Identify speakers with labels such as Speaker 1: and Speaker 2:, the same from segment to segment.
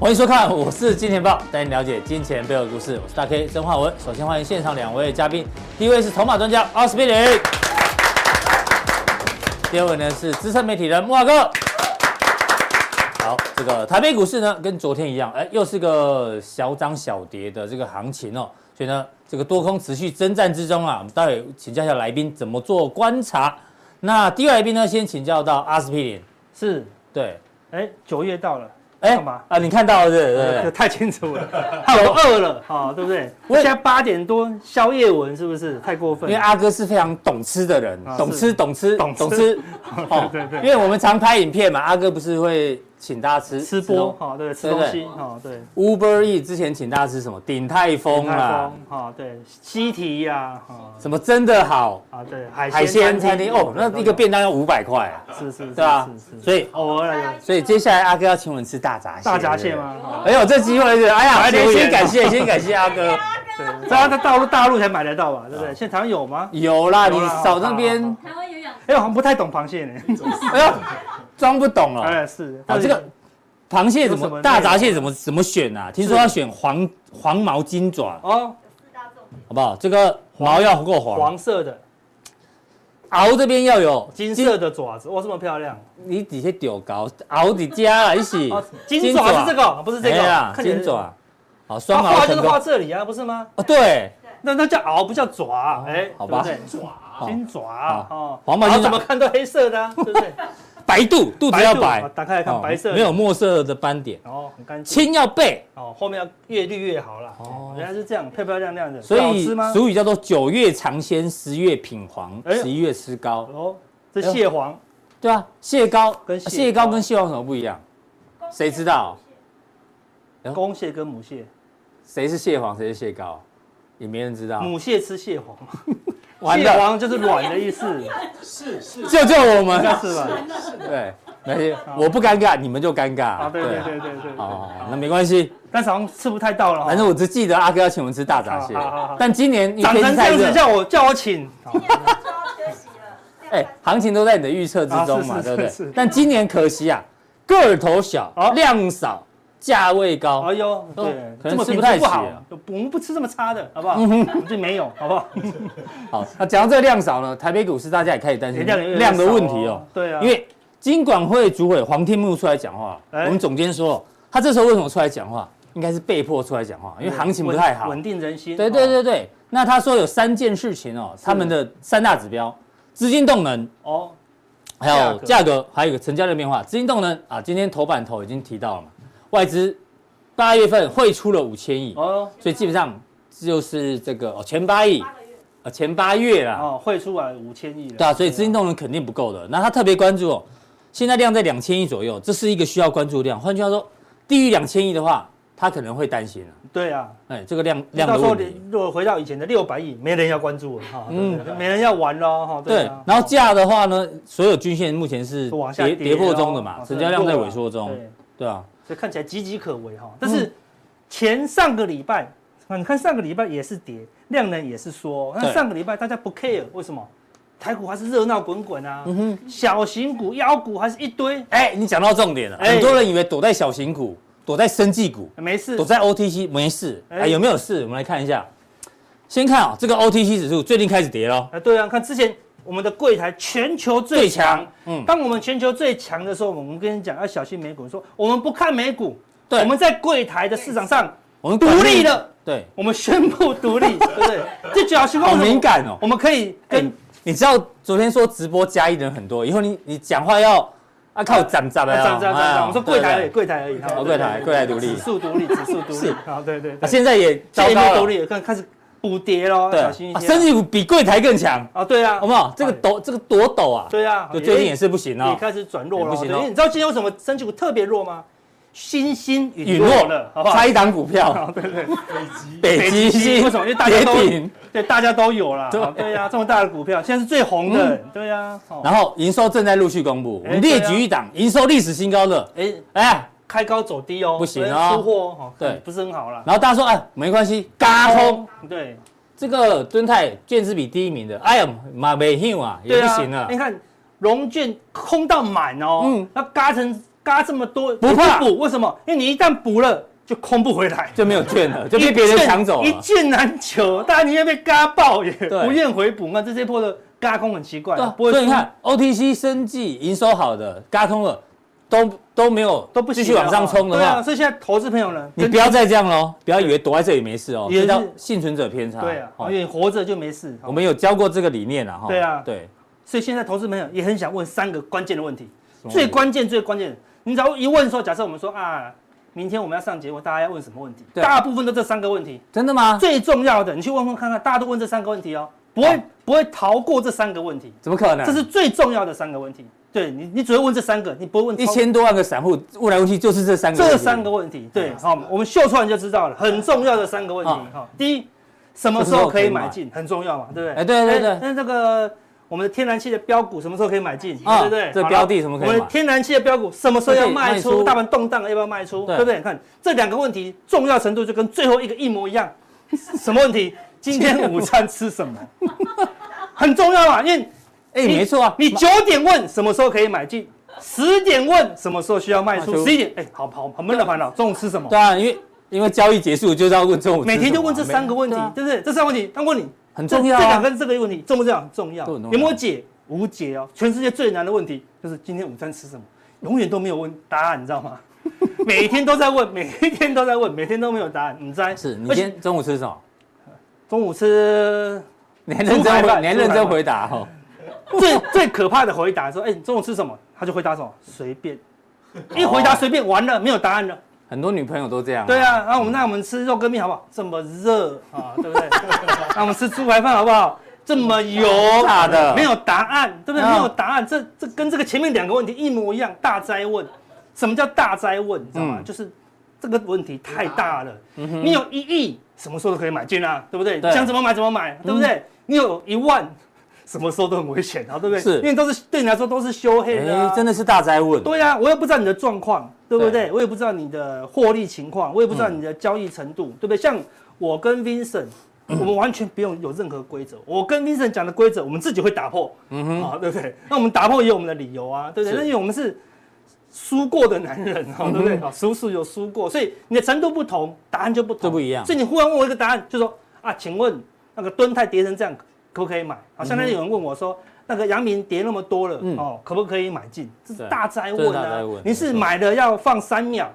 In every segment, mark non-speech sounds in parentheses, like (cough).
Speaker 1: 欢迎收看，我是金钱豹，带你了解金钱背后的故事。我是大 K 曾焕文。首先欢迎现场两位嘉宾，第一位是筹码专家奥斯比里，第二位呢是资深媒体人木华哥。好，这个台北股市呢，跟昨天一样，哎，又是个小涨小跌的这个行情哦。所以呢，这个多空持续征战之中啊，我们待会请教一下来宾怎么做观察。那第一位来宾呢，先请教到阿司匹林，
Speaker 2: 是，
Speaker 1: 对，
Speaker 2: 哎，九月到了，
Speaker 1: 哎
Speaker 2: 干嘛
Speaker 1: 啊，你看到了是不是？对不
Speaker 2: 这
Speaker 1: 对
Speaker 2: 太清楚了， (laughs) 害我饿了，啊，对不对？
Speaker 1: 我
Speaker 2: 我现在八点多宵夜文是不是太过分
Speaker 1: 因为？阿哥是非常懂吃的人，
Speaker 2: 啊
Speaker 1: 懂吃
Speaker 2: 是
Speaker 1: 懂吃
Speaker 2: 懂吃
Speaker 1: 懂吃，哦
Speaker 2: (laughs) 对对
Speaker 1: 因
Speaker 2: 对
Speaker 1: 为我们常拍影片嘛，阿哥不是会请大家吃
Speaker 2: 吃播哈，对，吃
Speaker 1: 对不
Speaker 2: 东
Speaker 1: 对
Speaker 2: 西哈，对，
Speaker 1: Uber E 之前请大家吃什么鼎泰丰啦，
Speaker 2: 哈，对，西提呀，哈，
Speaker 1: 什么真的好
Speaker 2: 啊，对，海
Speaker 1: 海鲜餐厅哦，那
Speaker 2: 对
Speaker 1: 一个便当要五百块啊，
Speaker 2: 是是，是
Speaker 1: 对吧
Speaker 2: 是？是
Speaker 1: 所以
Speaker 2: 偶尔来的
Speaker 1: 所以接下来阿哥要请我们吃大闸蟹，
Speaker 2: 大闸蟹
Speaker 1: 对不对？
Speaker 2: 吗？哈
Speaker 1: 哎呦，这机会是哎呀，
Speaker 2: 来
Speaker 1: 先
Speaker 2: 留言
Speaker 1: 先
Speaker 2: 啊
Speaker 1: 感谢先感谢阿
Speaker 2: (laughs)
Speaker 1: 哥，
Speaker 2: 对，这要在大陆大陆才买得到吧，对不对？
Speaker 1: 啊
Speaker 2: 现在台湾有吗？
Speaker 1: 有啦，你
Speaker 2: 有啦
Speaker 1: 少那边
Speaker 2: 好，
Speaker 3: 台湾有养
Speaker 2: 哎，我好像不太懂
Speaker 1: (laughs)
Speaker 2: 螃蟹呢，
Speaker 1: 哎呦，装不懂了。
Speaker 2: (laughs) 哎，是，
Speaker 1: 啊，这个螃蟹怎
Speaker 2: 有什么
Speaker 1: 么
Speaker 2: 内容啊
Speaker 1: 大闸蟹怎么怎么选啊？听说
Speaker 2: 是
Speaker 1: 要选黄黄毛金爪，
Speaker 2: 哦，
Speaker 3: 四大重点，
Speaker 1: 好不好？这个毛要够黄，
Speaker 2: 黄色的。
Speaker 1: 鳌这边要有
Speaker 2: 金色，的爪子，哇，这么漂亮！
Speaker 1: 你底下丢高，鳌底加来一起，
Speaker 2: (laughs) 哦，金爪是这个，不是这
Speaker 1: 啊哎呀
Speaker 2: 个，看起来
Speaker 1: 金
Speaker 2: 是
Speaker 1: 爪，好双
Speaker 2: 它
Speaker 1: 鳌
Speaker 2: 画就是
Speaker 1: 成
Speaker 2: 画
Speaker 1: 功。
Speaker 2: 这里啊，不是吗？
Speaker 1: 哦，对，
Speaker 2: 那那叫螯，不叫爪，哎，
Speaker 1: 哦好吧
Speaker 2: 对不对爪
Speaker 1: 好
Speaker 2: 金爪哦，
Speaker 1: 黄毛金爪
Speaker 2: 然后怎么看都黑色的啊，对
Speaker 1: (laughs)
Speaker 2: 不对？
Speaker 1: 白肚肚子要
Speaker 2: 度
Speaker 1: 白
Speaker 2: 哦，打开来看
Speaker 1: 哦
Speaker 2: 白色的，
Speaker 1: 没有墨色的斑点，
Speaker 2: 哦，很干净
Speaker 1: 青要背，
Speaker 2: 哦，后面要越绿越好啦。
Speaker 1: 哦
Speaker 2: 哦，原来是这样，漂漂亮亮的，
Speaker 1: 所
Speaker 2: 好
Speaker 1: 以
Speaker 2: 吃吗？
Speaker 1: 俗语叫做九月尝鲜，十月品黄，
Speaker 2: 哎呦
Speaker 1: 十一月吃膏，
Speaker 2: 哦，这蟹黄
Speaker 1: 对啊，蟹膏
Speaker 2: 跟蟹
Speaker 1: 蟹膏跟蟹黄有什么不一样？谁知道？哎
Speaker 2: 公蟹跟母蟹，
Speaker 1: 谁是蟹黄，谁是蟹膏，也没人知道。
Speaker 2: 母蟹吃蟹黄，
Speaker 1: 啊 (laughs) 完
Speaker 2: 蟹
Speaker 1: 了，
Speaker 2: 黄就是卵的意思，
Speaker 1: (laughs) 救救我们！
Speaker 2: (laughs) 是吧？
Speaker 1: 对，没事，我不尴尬，你们就尴尬。
Speaker 2: 啊，对对对对对，
Speaker 1: 好好
Speaker 2: 对
Speaker 1: 好，那没关系，
Speaker 2: 但是好像吃不太到了哦，
Speaker 1: 反正我只记得阿哥要请我们吃大闸蟹
Speaker 2: 好好好好，
Speaker 1: 但今年因为
Speaker 2: 长
Speaker 1: 天
Speaker 2: 成
Speaker 1: 气
Speaker 2: 这
Speaker 1: 太
Speaker 2: 样子，
Speaker 1: 热，
Speaker 2: 叫我叫我请，哦
Speaker 3: 就要缺席了。
Speaker 1: 哎，行情都在你的预测之中嘛，
Speaker 2: 啊
Speaker 1: 对
Speaker 2: 是是
Speaker 1: 不
Speaker 2: 是
Speaker 1: 对
Speaker 2: 是？
Speaker 1: 但今年可惜啊，个头小
Speaker 2: 好，
Speaker 1: 量少，价位高
Speaker 2: 哎，呦，对，
Speaker 1: 哦可能
Speaker 2: 这么
Speaker 1: 吃
Speaker 2: 品
Speaker 1: 不太
Speaker 2: 质不
Speaker 1: 起
Speaker 2: 好
Speaker 1: 啊，嗯
Speaker 2: 我们不吃这么差的，
Speaker 1: (laughs)
Speaker 2: 好不好？我们就没有，好不好？
Speaker 1: 好，那讲到这个量少呢，台北股市大家也开始担心
Speaker 2: 哎量有
Speaker 1: 量的问题哦，，
Speaker 2: 对啊，
Speaker 1: 因为金管会主委黄天木出来讲话，我
Speaker 2: 哎
Speaker 1: 们总监说，他这时候为什么出来讲话？应该是被迫出来讲话，因为行情不太好
Speaker 2: 稳。定人心，
Speaker 1: 对对对对，那他说有三件事情哦，他们的三大指标：资金动能，
Speaker 2: 哦，
Speaker 1: 还有
Speaker 2: 价格
Speaker 1: 价格，还有一个成交量变化。资金动能啊，今天头版头已经提到了嘛，外资八月份汇出了五千亿
Speaker 2: 哦，哦
Speaker 1: 所以基本上就是这个哦前八亿，呃前八月啦，
Speaker 2: 哦，汇出来五千亿了，
Speaker 1: 对啊，所以资金动能肯定不够的。那他特别关注哦，现在量在两千亿左右，这是一个需要关注的量。换句话说，低于两千亿的话，他可能会担心了、
Speaker 2: 对啊。
Speaker 1: 哎，这个量量
Speaker 2: 到
Speaker 1: 的
Speaker 2: 时候
Speaker 1: 问题。
Speaker 2: 你如果回到以前的六百亿，没人要关注了哈，
Speaker 1: 嗯
Speaker 2: 嗯，没人要玩喽哈，
Speaker 1: 对
Speaker 2: 啊，
Speaker 1: 然后价的话呢，所有均线目前是
Speaker 2: 往下
Speaker 1: 跌跌破
Speaker 2: 咯
Speaker 1: 中的嘛，
Speaker 2: 哦
Speaker 1: 成交量在
Speaker 2: 对啊
Speaker 1: 萎缩中，
Speaker 2: 对
Speaker 1: 对啊，
Speaker 2: 所以看起来岌岌可危哈。但
Speaker 1: 嗯
Speaker 2: 是前上个礼拜啊，你看上个礼拜也是跌，量能也是缩哦。那
Speaker 1: 对
Speaker 2: 上个礼拜大家不 care，为什么？台股还是热闹滚滚啊，
Speaker 1: 嗯哼，
Speaker 2: 小型股、妖股还是一堆，
Speaker 1: 哎，你讲到重点了，
Speaker 2: 哎
Speaker 1: 很多人以为躲在小型股、躲在生技股、
Speaker 2: 没事
Speaker 1: 躲。在 OTC 没事，哎，
Speaker 2: 哎
Speaker 1: 有没有事？我们来看一下，先看哦，这个 OTC 指数最近开始跌喽，
Speaker 2: 啊，对啊，看之前我们的柜台全球最
Speaker 1: 最强
Speaker 2: 强，，
Speaker 1: 嗯，
Speaker 2: 当我们全球最强的时候，我们跟你讲要小心美股，说我们不看美股，
Speaker 1: 对
Speaker 2: 我们在柜台的市场上
Speaker 1: 我们
Speaker 2: 独
Speaker 1: 管
Speaker 2: 立的，
Speaker 1: 对，
Speaker 2: 我们宣布独
Speaker 1: (laughs)
Speaker 2: 立，对不对？这就好像
Speaker 1: 好敏感哦。
Speaker 2: 我们可以跟
Speaker 1: 跟你知道昨天说直播加一人很多，以后你你讲话要啊靠涨涨的，
Speaker 2: 啊，涨涨涨涨！我说柜台而已，
Speaker 1: 对
Speaker 2: 柜台而已，
Speaker 1: 哦
Speaker 2: 好
Speaker 1: 柜台柜台独立
Speaker 2: 指数独立，指数独
Speaker 1: 是
Speaker 2: 立，好，对对
Speaker 1: 啊
Speaker 2: 对，
Speaker 1: 现在也糟
Speaker 2: 现在
Speaker 1: 糕
Speaker 2: 没独
Speaker 1: 了，
Speaker 2: 立，看开始补跌喽，
Speaker 1: 对
Speaker 2: 小
Speaker 1: 啊
Speaker 2: 心，一
Speaker 1: 啊
Speaker 2: 些
Speaker 1: 甚
Speaker 2: 啊。
Speaker 1: 至比柜台更强，
Speaker 2: 啊，对啊，
Speaker 1: 好不好？这个
Speaker 2: 哎
Speaker 1: 抖这个多抖啊，
Speaker 2: 对啊，
Speaker 1: 就最近也是不行
Speaker 2: 也也
Speaker 1: 啊。
Speaker 2: 开始转弱
Speaker 1: 也
Speaker 2: 了，
Speaker 1: 不行
Speaker 2: 对
Speaker 1: 哦
Speaker 2: 因为你知道今天为什么升级股特别弱吗？新兴
Speaker 1: 陨
Speaker 2: 陨
Speaker 1: 落
Speaker 2: 落
Speaker 1: 了 (laughs)
Speaker 2: 了，好不好哦
Speaker 1: 差？一档股票，
Speaker 2: 对对，
Speaker 1: 北极
Speaker 2: (laughs) 北极
Speaker 1: 星，
Speaker 2: 星为什么因为大家都
Speaker 1: 跌停
Speaker 2: 对，大家都有啦。
Speaker 1: 对嗯
Speaker 2: 好对啊呀，这么大的股票，现在是最红的，对呀。哦
Speaker 1: 然后营收正在陆续公布，我
Speaker 2: 哎
Speaker 1: 们
Speaker 2: 对啊
Speaker 1: 列举一档营收历史新高的，
Speaker 2: 哎，
Speaker 1: 哎，
Speaker 2: 开高走低哦，
Speaker 1: 不行啊
Speaker 2: 出货哦，哦
Speaker 1: 对
Speaker 2: 不是很好啦。
Speaker 1: 然后大家说，哎，没关系，嘎
Speaker 2: 哎
Speaker 1: 空，，
Speaker 2: 对
Speaker 1: 这个敦泰卷子比第一名的，哎呀，马没兴啊，也
Speaker 2: 对
Speaker 1: 不
Speaker 2: 啊，
Speaker 1: 行啊
Speaker 2: 你，看融券空到满哦，嗯
Speaker 1: 嗯，
Speaker 2: 那嘎成嘎这么多，
Speaker 1: 不怕
Speaker 2: 你不补，为什么？因为你一旦补了就空不回来，
Speaker 1: 就没有券了，就被别人抢走
Speaker 2: 一
Speaker 1: 了。
Speaker 2: 件难求，大家宁愿被嘎爆也
Speaker 1: 对
Speaker 2: 不愿回补。那这这波的嘎空很奇怪
Speaker 1: 对啊，，
Speaker 2: 不会
Speaker 1: 所以你
Speaker 2: 输
Speaker 1: 看 OTC 生技营收好的，嘎空了，都都没有
Speaker 2: 都不
Speaker 1: 继续
Speaker 2: 行
Speaker 1: 往上冲的
Speaker 2: 对啊，
Speaker 1: 话，
Speaker 2: 所以现在投资朋友呢，
Speaker 1: 你不要再这样喽，不要以为躲在这里没事哦，
Speaker 2: 也
Speaker 1: 这叫
Speaker 2: 是
Speaker 1: 幸存者偏差。
Speaker 2: 对啊，
Speaker 1: 哦
Speaker 2: 因为你活着就没事。
Speaker 1: 我们有教过这个理念啊，哈。
Speaker 2: 对啊
Speaker 1: 对，
Speaker 2: 所以现在投资朋友也很想问三个关键的问题，
Speaker 1: 什么问题
Speaker 2: 最关键最关键的，你只要一问说，假设我们说啊，明天我们要上节目，大家要问什么问题？
Speaker 1: 对啊
Speaker 2: 大部分都这三个问题，
Speaker 1: 真的吗？
Speaker 2: (laughs) 最重要的你去问问看看，大家都问这三个问题哦，不会
Speaker 1: 好
Speaker 2: 不会逃过这三个问题，
Speaker 1: 怎么可能？
Speaker 2: 这是最重要的三个问题。对你，你只会问这三个，你不会问
Speaker 1: 一
Speaker 2: 超
Speaker 1: 千多万个散户问来问去就是这三个问题，嗯
Speaker 2: 这三个问题，对，好，我们秀出来你就知道了，很重要的三个问题。
Speaker 1: 啊
Speaker 2: 好，第一，什么时候可以买进，很重要嘛，对不对？
Speaker 1: 哎对对对
Speaker 2: 哎那这个我们的天然气的标股什么时候可以买进，
Speaker 1: 啊
Speaker 2: 对不对？
Speaker 1: 这
Speaker 2: 好了
Speaker 1: 标的什么可以买
Speaker 2: 我们天然气的标股什么时候要卖
Speaker 1: 可以卖
Speaker 2: 出？
Speaker 1: 出
Speaker 2: 大盘动荡了要不要卖出？
Speaker 1: 对
Speaker 2: 对不对？你看这两个问题重要程度就跟最后一个一模一样，什么问题？今天午餐吃
Speaker 1: (laughs)
Speaker 2: 什么？很重要啊，因为
Speaker 1: 哎，没错啊，
Speaker 2: 你九点问什么时候可以买进，十点问什么时候需要卖
Speaker 1: 卖出
Speaker 2: 出，十一点哎，好好很闷的烦恼，中午吃什么
Speaker 1: 对？啊，因为因为交易结束就是要问中午吃什么啊，
Speaker 2: 每天就问这三个问题
Speaker 1: 对，啊
Speaker 2: 对不对？这三个问题，他问你
Speaker 1: 很
Speaker 2: 这
Speaker 1: 重要
Speaker 2: 这两
Speaker 1: 啊。
Speaker 2: 个这个问题重不重要？很重要。
Speaker 1: 都很重
Speaker 2: 有
Speaker 1: 要
Speaker 2: 没有解？无解哦。全世界最难的问题就是今天午餐吃什么，永远都没有问答案，你知
Speaker 1: (laughs)
Speaker 2: 道吗？每天都在问，每一天都在问，每天都没有答案，你知道？
Speaker 1: 是你
Speaker 2: 而
Speaker 1: 今
Speaker 2: 且
Speaker 1: 天中午吃什么？
Speaker 2: 中午吃
Speaker 1: 你还认
Speaker 2: 猪排
Speaker 1: 真
Speaker 2: 饭
Speaker 1: 回，你还认真回答哦。
Speaker 2: 最 (laughs) 最可怕的回答说：“哎、你中午吃什么？”他就回答什么随便，一回答随便完了，没有答案了。
Speaker 1: 很多女朋友都这样。
Speaker 2: 对，啊，然后我们那我们吃肉羹面好不好？这么热啊，对不对？ (laughs) 那我们吃猪排饭好不好？这么油
Speaker 1: 炸的
Speaker 2: 没有答案，对不对？
Speaker 1: 嗯
Speaker 2: 没有答案，这这跟这个前面两个问题一模一样，大灾问。什么叫大灾问？你知道吗？
Speaker 1: 嗯
Speaker 2: 就是这个问题太大了。你有一亿，什么时候都可以买进啊，对不对？
Speaker 1: 对嗯
Speaker 2: 想怎么买怎么买，对不对？你有一万，什么时候都很危险啊，对不对？
Speaker 1: 是
Speaker 2: 因为都是对你来说都是修黑的啊、
Speaker 1: 哎，真的是大灾问。
Speaker 2: 对呀、我也不知道你的状况，对不对？
Speaker 1: 对嗯
Speaker 2: 我也不知道你的获利情况，我也不知道你的交易程度，对不对？像我
Speaker 1: (clears throat)
Speaker 2: 跟 Vincent，、我们完全不用有任何规则。我跟 Vincent 讲的规则，我们自己会打破，嗯哼，啊，对不对？那我们打破也有我们的理由啊，对不对？
Speaker 1: 是
Speaker 2: 那因为我们是输过的男人，啊，对不
Speaker 1: 嗯
Speaker 2: 对？啊，输输有输过，所以你的程度不同，答案就不同，
Speaker 1: 就不一样
Speaker 2: 所以你忽然问我一个答案，就说啊，请问那个蹲泰跌成这样，可不可以买？好，相当于有人问我说。那个阳明跌那么多了，
Speaker 1: 嗯
Speaker 2: 哦，可不可以买进？这是
Speaker 1: 对
Speaker 2: 大灾
Speaker 1: 这是
Speaker 2: 问
Speaker 1: 大
Speaker 2: 啊
Speaker 1: 灾问！
Speaker 2: 你是买了要放三秒、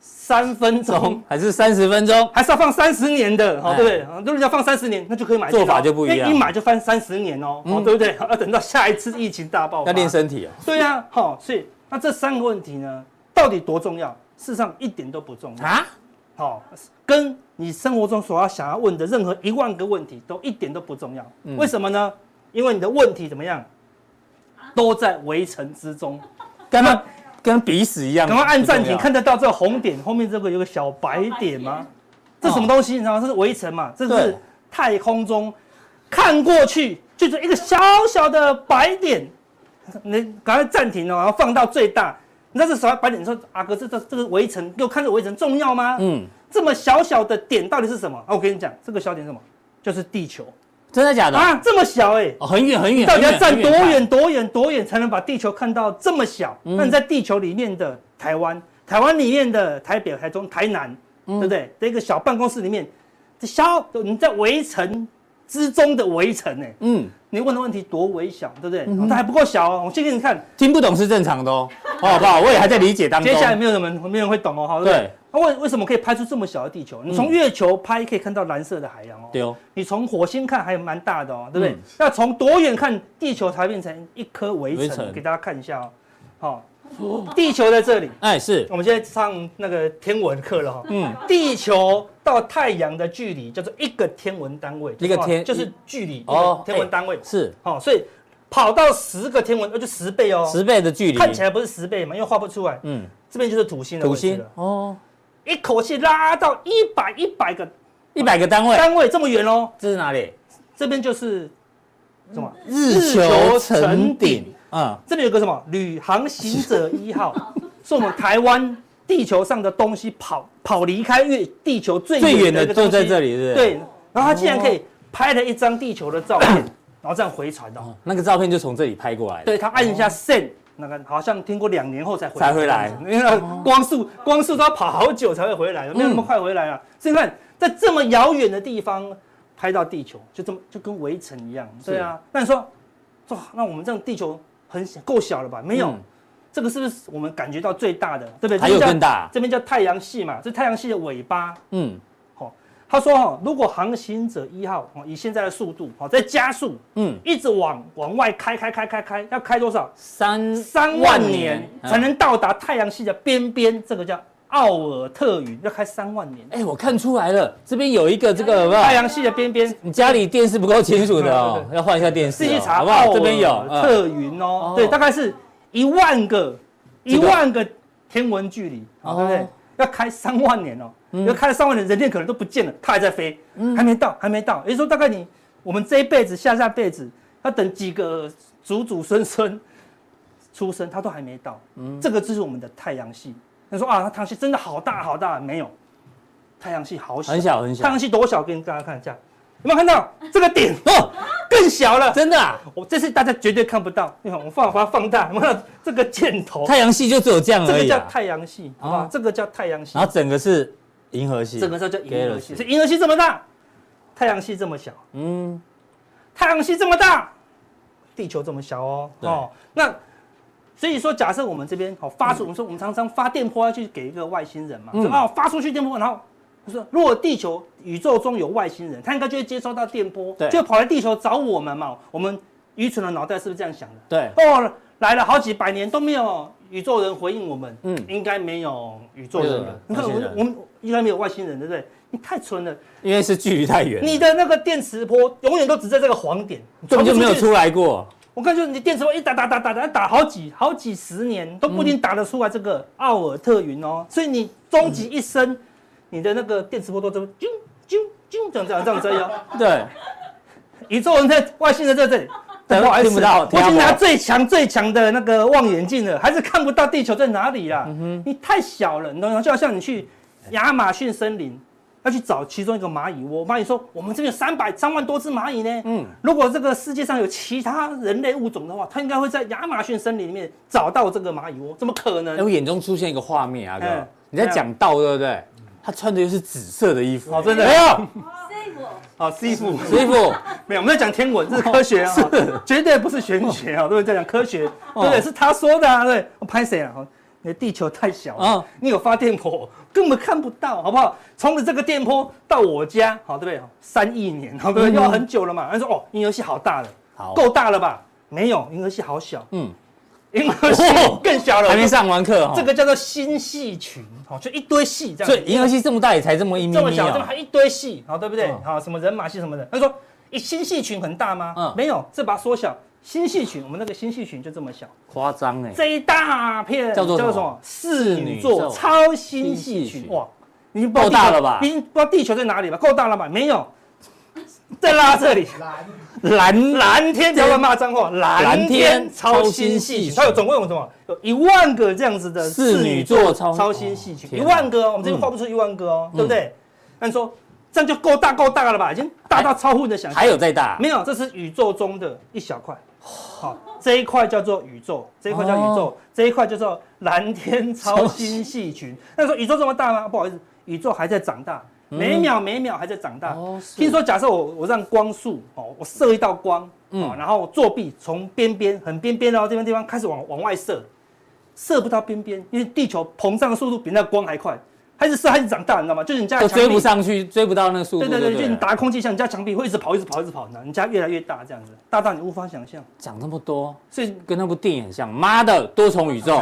Speaker 2: 三分钟
Speaker 1: 钟，还是三十分钟？
Speaker 2: (laughs) 还是要放三十年的，好
Speaker 1: 哎
Speaker 2: 对不对？啊如果你要放三十年，那就可以买进了。哎
Speaker 1: 做法就不一样嗯
Speaker 2: 因为一买就翻三十年哦，哦对不对？ (laughs) 要等到下一次疫情大爆发。
Speaker 1: 要练身体哦。
Speaker 2: 对呀，好，所以那这三个问题呢，到底多重要？事实上一点都不重要。
Speaker 1: 啊？
Speaker 2: 好，跟你生活中所要想要问的任何一万个问题都一点都不重要。
Speaker 1: 嗯
Speaker 2: 为什么呢？因为你的问题怎么样，都在围城之中。
Speaker 1: 干嘛？跟鼻屎一样。
Speaker 2: 赶快按暂停，
Speaker 1: 不重
Speaker 2: 看得到这个红点后面这个有个小白点吗？这什么东西？你知道吗？这是围城嘛？这是
Speaker 1: 哦对
Speaker 2: 太空中看过去就是一个小小的白点，你赶快暂停哦，然后放到最大。你知道这小白点？你说阿哥，这这这个围城，给我看这个围城重要吗？
Speaker 1: 要。嗯，
Speaker 2: 这么小小的点到底是什么？啊，我跟你讲，这个小点是什么？就是地球
Speaker 1: 真的假的？
Speaker 2: 啊，这么小哎、
Speaker 1: 哦，很远很远。
Speaker 2: 到底要
Speaker 1: 很
Speaker 2: 站
Speaker 1: 很
Speaker 2: 多
Speaker 1: 看
Speaker 2: 远多远多远才能把地球看到这么小？
Speaker 1: 嗯
Speaker 2: 那你在地球里面的台湾，台湾里面的台北、台中、台南，
Speaker 1: 嗯
Speaker 2: 对不对？这个小办公室里面，这小你在围城之中的围城呢、
Speaker 1: 嗯，
Speaker 2: 你问的问题多微小，对不对？那还不够小哦。我先给你看，
Speaker 1: 听不懂是正常的哦，好
Speaker 2: (laughs)
Speaker 1: 不好？我也还在理解当中。
Speaker 2: 接下来没有人们没有人会懂哦，好，对不对
Speaker 1: 对？嗯
Speaker 2: 那为为什么可以拍出这么小的地球？你从月球拍可以看到蓝色的海洋哦，
Speaker 1: 丢
Speaker 2: 你从火星看还蛮大的哦，对不对？
Speaker 1: 嗯
Speaker 2: 那从多远看地球才变成一颗围
Speaker 1: 围
Speaker 2: 城？
Speaker 1: 城
Speaker 2: 给大家看一下哦。好、
Speaker 1: 哦
Speaker 2: 地球在这里，
Speaker 1: 哎是
Speaker 2: 我们现在上那个天文课了哈、哦。
Speaker 1: 嗯
Speaker 2: 地球到太阳的距离叫做一个天文单位，
Speaker 1: 一个
Speaker 2: 就是
Speaker 1: 天
Speaker 2: 就是距离
Speaker 1: 哦
Speaker 2: 哦，天文单位。
Speaker 1: 是
Speaker 2: 好、所以跑到十个天文，呃，就十倍哦。
Speaker 1: 十倍的距离。
Speaker 2: 看起来不是十倍嘛，因为画不出来。
Speaker 1: 嗯，
Speaker 2: 这边就是土星的
Speaker 1: 土
Speaker 2: 位置
Speaker 1: 星
Speaker 2: 了，
Speaker 1: 哦，
Speaker 2: 一口气拉到一百一百个
Speaker 1: 一百个单位，
Speaker 2: 单位这么远哦，
Speaker 1: 这是哪里？
Speaker 2: 这边就是什么？
Speaker 1: 日
Speaker 2: 球沉顶，
Speaker 1: 嗯，
Speaker 2: 这里有个什么旅航行者一号，是我们台湾地球上的东西跑跑离开月地球最
Speaker 1: 最远
Speaker 2: 的
Speaker 1: 的
Speaker 2: 一个
Speaker 1: 就
Speaker 2: 东西
Speaker 1: 在这。里，是不是？，
Speaker 2: 对，然后他竟然可以拍了一张地球的照片，然后这样回传哦。
Speaker 1: 那个照片就从这里拍过来的。
Speaker 2: 对他按一下 send，那个好像听过两年后才回哦
Speaker 1: 才回来
Speaker 2: 因为那个光速光速都要跑好久才会回来，没有那么快回来啊。所以你看，在这么遥远的地方拍到地球，就这么就跟围城一样，对啊。那你说，哇，那我们这样地球很小够小了吧？没有。
Speaker 1: 嗯
Speaker 2: 这个是不是我们感觉到最大的，对不对？
Speaker 1: 还有
Speaker 2: 这边叫
Speaker 1: 更大
Speaker 2: 这边叫太阳系嘛，这太阳系的尾巴，
Speaker 1: 嗯
Speaker 2: 他说哈、哦，如果航行者一号哦，以现在的速度哦，在加速
Speaker 1: 嗯，
Speaker 2: 一直往往外开开开开开，要开多少？
Speaker 1: 三
Speaker 2: 三万年才
Speaker 1: 嗯
Speaker 2: 能到达太阳系的边边，这个叫奥尔特云，要开三万年。
Speaker 1: 哎，我看出来了，这边有一个这个好不好
Speaker 2: 太？阳系的边边，
Speaker 1: 你家里电视不够清楚的哦，要换一下电视
Speaker 2: 自己
Speaker 1: 哦，
Speaker 2: 查
Speaker 1: 好不好？
Speaker 2: 奥
Speaker 1: 这边有
Speaker 2: 尔
Speaker 1: 嗯
Speaker 2: 特云
Speaker 1: 哦
Speaker 2: 哦，对，大概是一万个一
Speaker 1: 这个
Speaker 2: 万个天文距离，
Speaker 1: 哦嗯
Speaker 2: 哦、对不对？要开三万年哦，要开三万年，人类可能都不见了，它还在飞，还没到，还没到。也就是说，大概你我们这一辈子、下下辈子要等几个祖祖孙孙 (laughs) 出生，它都还没到。
Speaker 1: 嗯
Speaker 2: 这个就是我们的太阳系。你说啊，它太阳系真的好大好大，没有，太阳系好小，
Speaker 1: 很小很小
Speaker 2: 太阳系多小？给大家看一下，有没有看到这个点
Speaker 1: 哦，
Speaker 2: 更小了？
Speaker 1: 真的啊，
Speaker 2: 我这次大家绝对看不到，你看我放把它放大，有 (laughs) 没有这个箭头？
Speaker 1: 太阳系就只有这样
Speaker 2: 哦这
Speaker 1: 而
Speaker 2: 个
Speaker 1: 已
Speaker 2: 叫
Speaker 1: 啊。
Speaker 2: 太阳系，好不好？
Speaker 1: 哦
Speaker 2: 这个叫太阳系
Speaker 1: 然，后整个是银河系，
Speaker 2: 这个叫银河系。
Speaker 1: Galaxy
Speaker 2: 所以银河系这么大，太阳系这么小，
Speaker 1: 嗯，
Speaker 2: 太阳系这么大，地球这么小哦。
Speaker 1: 对
Speaker 2: 哦，那所以说，假设我们这边好发出，我们说我们常常发电波要去给一个外星人嘛，
Speaker 1: 嗯
Speaker 2: 说哦发出去电波，然后我说如果地球宇宙中有外星人，他应该就会接收到电波
Speaker 1: 对，
Speaker 2: 就跑来地球找我们嘛。我们愚蠢的脑袋是不是这样想的？
Speaker 1: 对，
Speaker 2: 哦，来了好几百年都没有宇宙人回应我们，
Speaker 1: 嗯
Speaker 2: 嗯，应该没有宇宙人
Speaker 1: 没有
Speaker 2: 了。你看
Speaker 1: 外
Speaker 2: 我
Speaker 1: 星人
Speaker 2: 们我们应该没有外星人，对不对？你太蠢了，
Speaker 1: 因为是距离太远了，
Speaker 2: 你的那个电磁波永远都只在这个黄点，
Speaker 1: 根本就没有
Speaker 2: 传不
Speaker 1: 出
Speaker 2: 去。
Speaker 1: 来过。
Speaker 2: 我看就是你电磁波一打打打打打打好几好几十年都不一定打得出来这个奥尔特云哦，所以你终极一生，你的那个电磁波都这么啾啾啾这样这样这样这样哦。
Speaker 1: 对，
Speaker 2: 宇宙人在外星人在这里，
Speaker 1: 对
Speaker 2: 不好意思
Speaker 1: 听不到
Speaker 2: 我已
Speaker 1: 听
Speaker 2: 经
Speaker 1: 不到
Speaker 2: 拿最强最强的那个望远镜了，还是看不到地球在哪里啦。你太小了，你懂吗？就好像你去亚马逊森林。要去找其中一个蚂蚁窝，蚂蚁说：“我们这边有三百三万多只蚂蚁呢。嗯，如果这个世界上有其他人类物种的话，它应该会在亚马逊森林里面找到这个蚂蚁窝，怎么可能
Speaker 1: 哎，？我眼中出现一个画面啊，哥
Speaker 2: 嗯，
Speaker 1: 你在讲道对不对？他穿的又是紫色的衣服，
Speaker 2: 哦真的
Speaker 1: 没有，
Speaker 3: 这个
Speaker 2: 啊，师傅，
Speaker 1: 紫衣服，
Speaker 2: 没有，我们在讲天文，这是科学啊，
Speaker 1: 哦
Speaker 2: 绝对不是玄学啊，对不对？在讲科学，对不对？是他说的啊，对不对，我拍谁啊？哦你的地球太小了，
Speaker 1: 嗯
Speaker 2: 你有发电波，根本看不到，好不好？从你这个电波到我家，好，对不对？三亿年，好，对不对？
Speaker 1: 嗯
Speaker 2: 又要很久了嘛。他说哦，银河系好大了，
Speaker 1: 好，
Speaker 2: 够大了吧？没有，银河系好小，
Speaker 1: 嗯，
Speaker 2: 银河系
Speaker 1: 哦
Speaker 2: 更小了，
Speaker 1: 还没上完课哈。
Speaker 2: 这个叫做星系群，好，就一堆系这样
Speaker 1: 所
Speaker 2: 子。
Speaker 1: 以银河系这么大也才这么一咪
Speaker 2: 这么
Speaker 1: 咪
Speaker 2: 小，这
Speaker 1: 啊
Speaker 2: 么还，一堆系，好对不对
Speaker 1: 嗯？
Speaker 2: 好，什么人马系什么的，他说一星系群很大吗？
Speaker 1: 嗯
Speaker 2: 没有，这把它缩小。星系群，我们那个星系群就这么小，
Speaker 1: 夸张哎，
Speaker 2: 这一大片
Speaker 1: 叫做什么
Speaker 2: 四女
Speaker 1: 四女座
Speaker 2: 座超星系
Speaker 1: 星系
Speaker 2: 群，
Speaker 1: 群
Speaker 2: 哇，已经不
Speaker 1: 够
Speaker 2: 知道
Speaker 1: 大
Speaker 2: 地球
Speaker 1: 了吧
Speaker 2: 已经不知道地球在哪里了，够大了吧？
Speaker 1: (laughs)
Speaker 2: 没有，再拉这里，
Speaker 1: 蓝
Speaker 2: 蓝天不要乱骂脏话，蓝天超星
Speaker 1: 超星系
Speaker 2: 系
Speaker 1: 群
Speaker 2: 群，它有总共有什么？有一万个这样子的
Speaker 1: 四女座超
Speaker 2: 超星系群，
Speaker 1: 哦
Speaker 2: 一万个哦，我们这
Speaker 1: 嗯
Speaker 2: 边画不出一万个哦，对不对？那你说这样就够大够大了吧？已经大
Speaker 1: 哎
Speaker 2: 到超乎你的想象。
Speaker 1: 还有再大，
Speaker 2: 没有？这是宇宙中的一小块，好，这一块叫做宇宙，这一块叫宇宙，这一块叫做蓝天超星系群。那你说宇宙这么大吗？不好意思，宇宙还在长大，每秒每秒还在长大。
Speaker 1: 哦是
Speaker 2: 啊听说假设我我让光速哦，我射一道光，
Speaker 1: 嗯
Speaker 2: 哦，然后作弊从边边很边边哦这边地方开始往往外射，射不到边边，因为地球膨胀的速度比那光还快，还是射还是长大，你知道吗？就是你家的
Speaker 1: 都追不
Speaker 2: 墙壁
Speaker 1: 上去，追不到那个速度，
Speaker 2: 对对对，就你
Speaker 1: 了
Speaker 2: 打空气枪，你家墙壁会一直跑，一直跑，一直跑，你家越来越大，这样子，大到你无法想象。
Speaker 1: 讲这么多，
Speaker 2: 所以，
Speaker 1: 跟那部电影很像，妈的多重宇
Speaker 2: (laughs)
Speaker 1: 宙，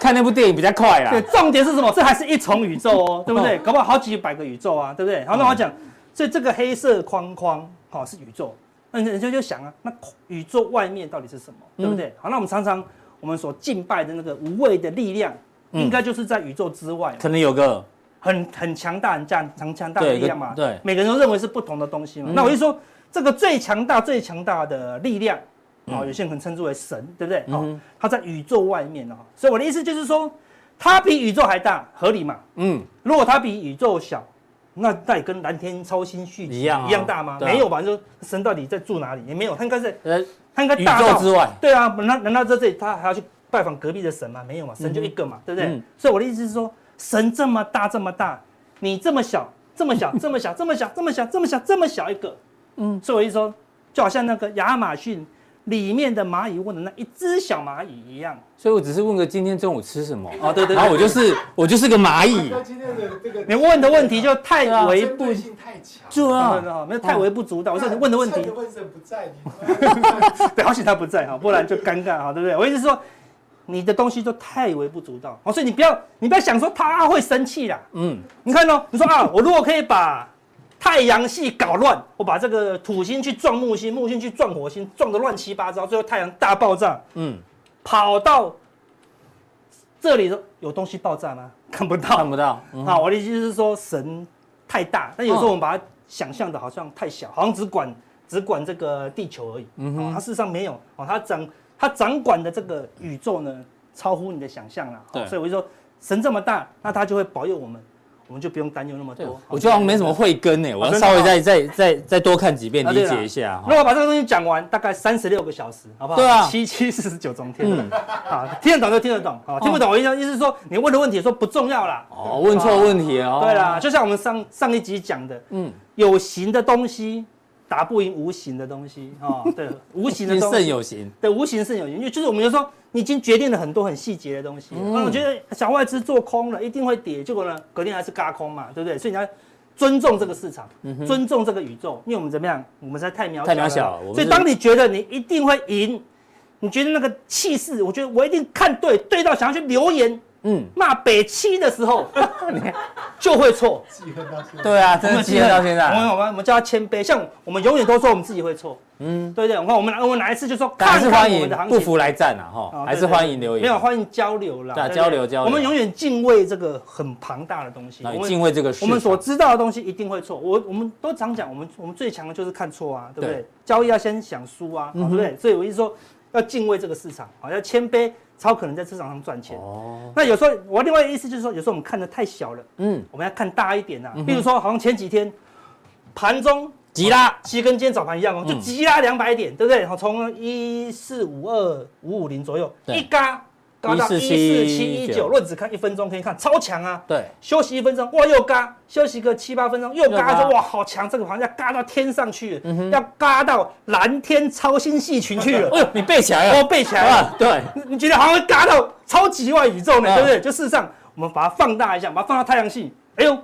Speaker 1: 看那部电影比较快
Speaker 2: 对，
Speaker 1: 啦，
Speaker 2: 重点是什么？这还是一重宇宙啊哦，对不对？搞不好好几百个宇宙啊，对不对？好，那我讲，所以这个黑色框框，好、是宇宙。那人家就想啊，那宇宙外面到底是什么，对不对？好，那我们常常嗯我们所敬拜的那个无畏的力量，应该就是在宇宙之外嘛。
Speaker 1: 嗯可能有个
Speaker 2: 很很强大、很强强强大的
Speaker 1: 对
Speaker 2: 力量嘛。
Speaker 1: 对嗯
Speaker 2: 每个人都认为是不同的东西嘛。那我就说，这个最强大、最强大的力量，
Speaker 1: 嗯
Speaker 2: 哦，有些人可能称之为神，对不对？哦，它在宇宙外面哦。所以我的意思就是说，它比宇宙还大，合理嘛？
Speaker 1: 嗯，
Speaker 2: 如果它比宇宙小，那那也跟蓝天超星续集
Speaker 1: 一样啊
Speaker 2: 一样大吗？
Speaker 1: 对啊
Speaker 2: 没有吧？就神到底在住哪里？也没有，它应该是
Speaker 1: 呃，
Speaker 2: 它应该
Speaker 1: 宇
Speaker 2: 大
Speaker 1: 宙
Speaker 2: 到
Speaker 1: 之外，
Speaker 2: 对啊，难难道在这里他还要去拜访隔壁的神吗？没有嘛，神就一个嘛，对不对？
Speaker 1: 嗯
Speaker 2: 所以我的意思是说，神这么大这么大，你这么小这么小
Speaker 1: (laughs)
Speaker 2: 这么小这么小这么小这么小这么小一个，嗯，所以我一说，就好像那个亚马逊里面的蚂蚁问的那一只小蚂蚁一样。
Speaker 1: 所以我只是问个今天中午吃什么，
Speaker 2: 哦，对对
Speaker 1: 然后我
Speaker 2: 对，
Speaker 1: 就是我就是个蚂
Speaker 2: (laughs)
Speaker 1: 蚁，
Speaker 4: 哥今天的这个
Speaker 2: 嗯
Speaker 1: 啊
Speaker 2: 你问的问题就太
Speaker 1: 对啊
Speaker 2: 微
Speaker 4: 针
Speaker 2: 不
Speaker 4: 对性太强，
Speaker 1: 就
Speaker 2: 啊，
Speaker 1: 啊，
Speaker 2: 没有太微不足道。我说你问的问题
Speaker 4: 趁着问神不在，你
Speaker 2: 对，好险他不在哈，不然就尴尬哈，对不对？我意思是说，你的东西都太微不足道哦，所以你不要你不要想说他会生气啦。
Speaker 1: 嗯，
Speaker 2: 你看哦，你说啊，我如果可以把太阳系搞乱，我把这个土星去撞木星，木星去撞火星，撞得乱七八糟，最后太阳大爆炸，
Speaker 1: 嗯，
Speaker 2: 跑到这里的有东西爆炸吗？看不到
Speaker 1: 看。不到，嗯
Speaker 2: 啊，我的意思就是说神太大，但有时候我们把它想象的好像太小，好像只管只管这个地球而已。嗯它事实上没有哦，它掌它掌管的这个宇宙呢，超乎你的想象了。哦
Speaker 1: 对
Speaker 2: 所以我就说神这么大，那他就会保佑我们，我们就不用担忧那么
Speaker 1: 对
Speaker 2: 多。
Speaker 1: 我觉得好像没什么慧根呢，我要
Speaker 2: 真的
Speaker 1: 稍微
Speaker 2: 哦
Speaker 1: 再再再再多看几遍
Speaker 2: 啊
Speaker 1: 理
Speaker 2: 对啦
Speaker 1: 解一下
Speaker 2: 如
Speaker 1: 哈。
Speaker 2: 果把这个东西讲完，大概三十六个小时，好不好？
Speaker 1: 对啊
Speaker 2: 七七四十九中天，
Speaker 1: 嗯
Speaker 2: 好，听得懂就听得懂，好，听不懂我意思意思是说，你问的问题说不重要啦，
Speaker 1: 哦，问错问题了哦。
Speaker 2: 对啦，，就像我们上上一集讲的，
Speaker 1: 嗯，
Speaker 2: 有形的东西打不赢无形的东西 (laughs) 啊、哦，对，无
Speaker 1: (laughs)
Speaker 2: 形的
Speaker 1: 因
Speaker 2: 东
Speaker 1: 胜
Speaker 2: 西，
Speaker 1: 有形，
Speaker 2: 对，无形是有形，因为就是我们就说你已经决定了很多很细节的东西了，
Speaker 1: 嗯
Speaker 2: 那、我觉得小外资做空了一定会跌，结果呢，隔天还是嘎空嘛，对不对？所以你要尊重这个市场，尊重这个宇宙，因为我们怎么样，我们实在太渺小了
Speaker 1: 嗯太渺小了我们
Speaker 2: 所以
Speaker 1: 是
Speaker 2: 当你觉得你一定会赢，你觉得那个气势，我觉得我一定看对，对到想要去留言
Speaker 1: 嗯，
Speaker 2: 骂北七的时
Speaker 1: (laughs)
Speaker 2: 候，就会错。
Speaker 4: 记恨到现在。
Speaker 1: 对啊，真
Speaker 2: 我
Speaker 1: 的
Speaker 2: 们
Speaker 1: 记得到现
Speaker 2: 我们
Speaker 1: 在，
Speaker 2: 我们我们叫他谦卑，像我们永远都说我们自己会错，
Speaker 1: 嗯，
Speaker 2: 对不对？我看我们哪我们哪一次就说
Speaker 1: 但还是
Speaker 2: 看看
Speaker 1: 欢
Speaker 2: 我
Speaker 1: 迎
Speaker 2: 们的行
Speaker 1: 不
Speaker 2: 情，
Speaker 1: 服来战啊
Speaker 2: 啊
Speaker 1: 哈，
Speaker 2: 对
Speaker 1: 还是欢迎留
Speaker 2: 没有
Speaker 1: 言。
Speaker 2: 欢迎交流啦，
Speaker 1: 对啊
Speaker 2: 对不对
Speaker 1: 交流交流
Speaker 2: 我们永远敬畏这个很庞大的东西，
Speaker 1: 那
Speaker 2: 我
Speaker 1: 你
Speaker 2: 们
Speaker 1: 敬畏这个事，
Speaker 2: 我们所知道的东西一定会错。我我们都常讲，我们我们最强的就是看错啊，对不对？
Speaker 1: 对嗯
Speaker 2: 交易要先想输啊，好对不对？所以我一直说要敬畏这个市场，好要谦卑，超可能在市场上赚钱。
Speaker 1: 哦，
Speaker 2: 那有时候我另外一个意思就是说，有时候我们看的太小了，
Speaker 1: 嗯，
Speaker 2: 我们要看大一点呐、比如说，好像前几天盘中
Speaker 1: 急拉，
Speaker 2: 其实跟今天早盘一样哦，就
Speaker 1: 嗯
Speaker 2: 急拉两百点，对不对？好，从一四五二五五零左右
Speaker 1: 对
Speaker 2: 一嘎，嘎到一四七
Speaker 1: 14719
Speaker 2: 一九，论只看一分钟可以看超强啊！
Speaker 1: 对，
Speaker 2: 休息一分钟，哇，又嘎，休息个七八分钟又
Speaker 1: 又嘎
Speaker 2: 嘎，说嗯哇好强，这个盘要嘎到天上去了，要嘎到蓝天超星系群去了， (laughs)
Speaker 1: 哎呦，你背起来
Speaker 2: 我
Speaker 1: 了，
Speaker 2: 背起来了
Speaker 1: 啊，。对，
Speaker 2: 你你觉得好像会嘎到超级外宇宙呢，
Speaker 1: 嗯
Speaker 2: 对不对？就事实上，我们把它放大一下，把它放到太阳系，哎呦，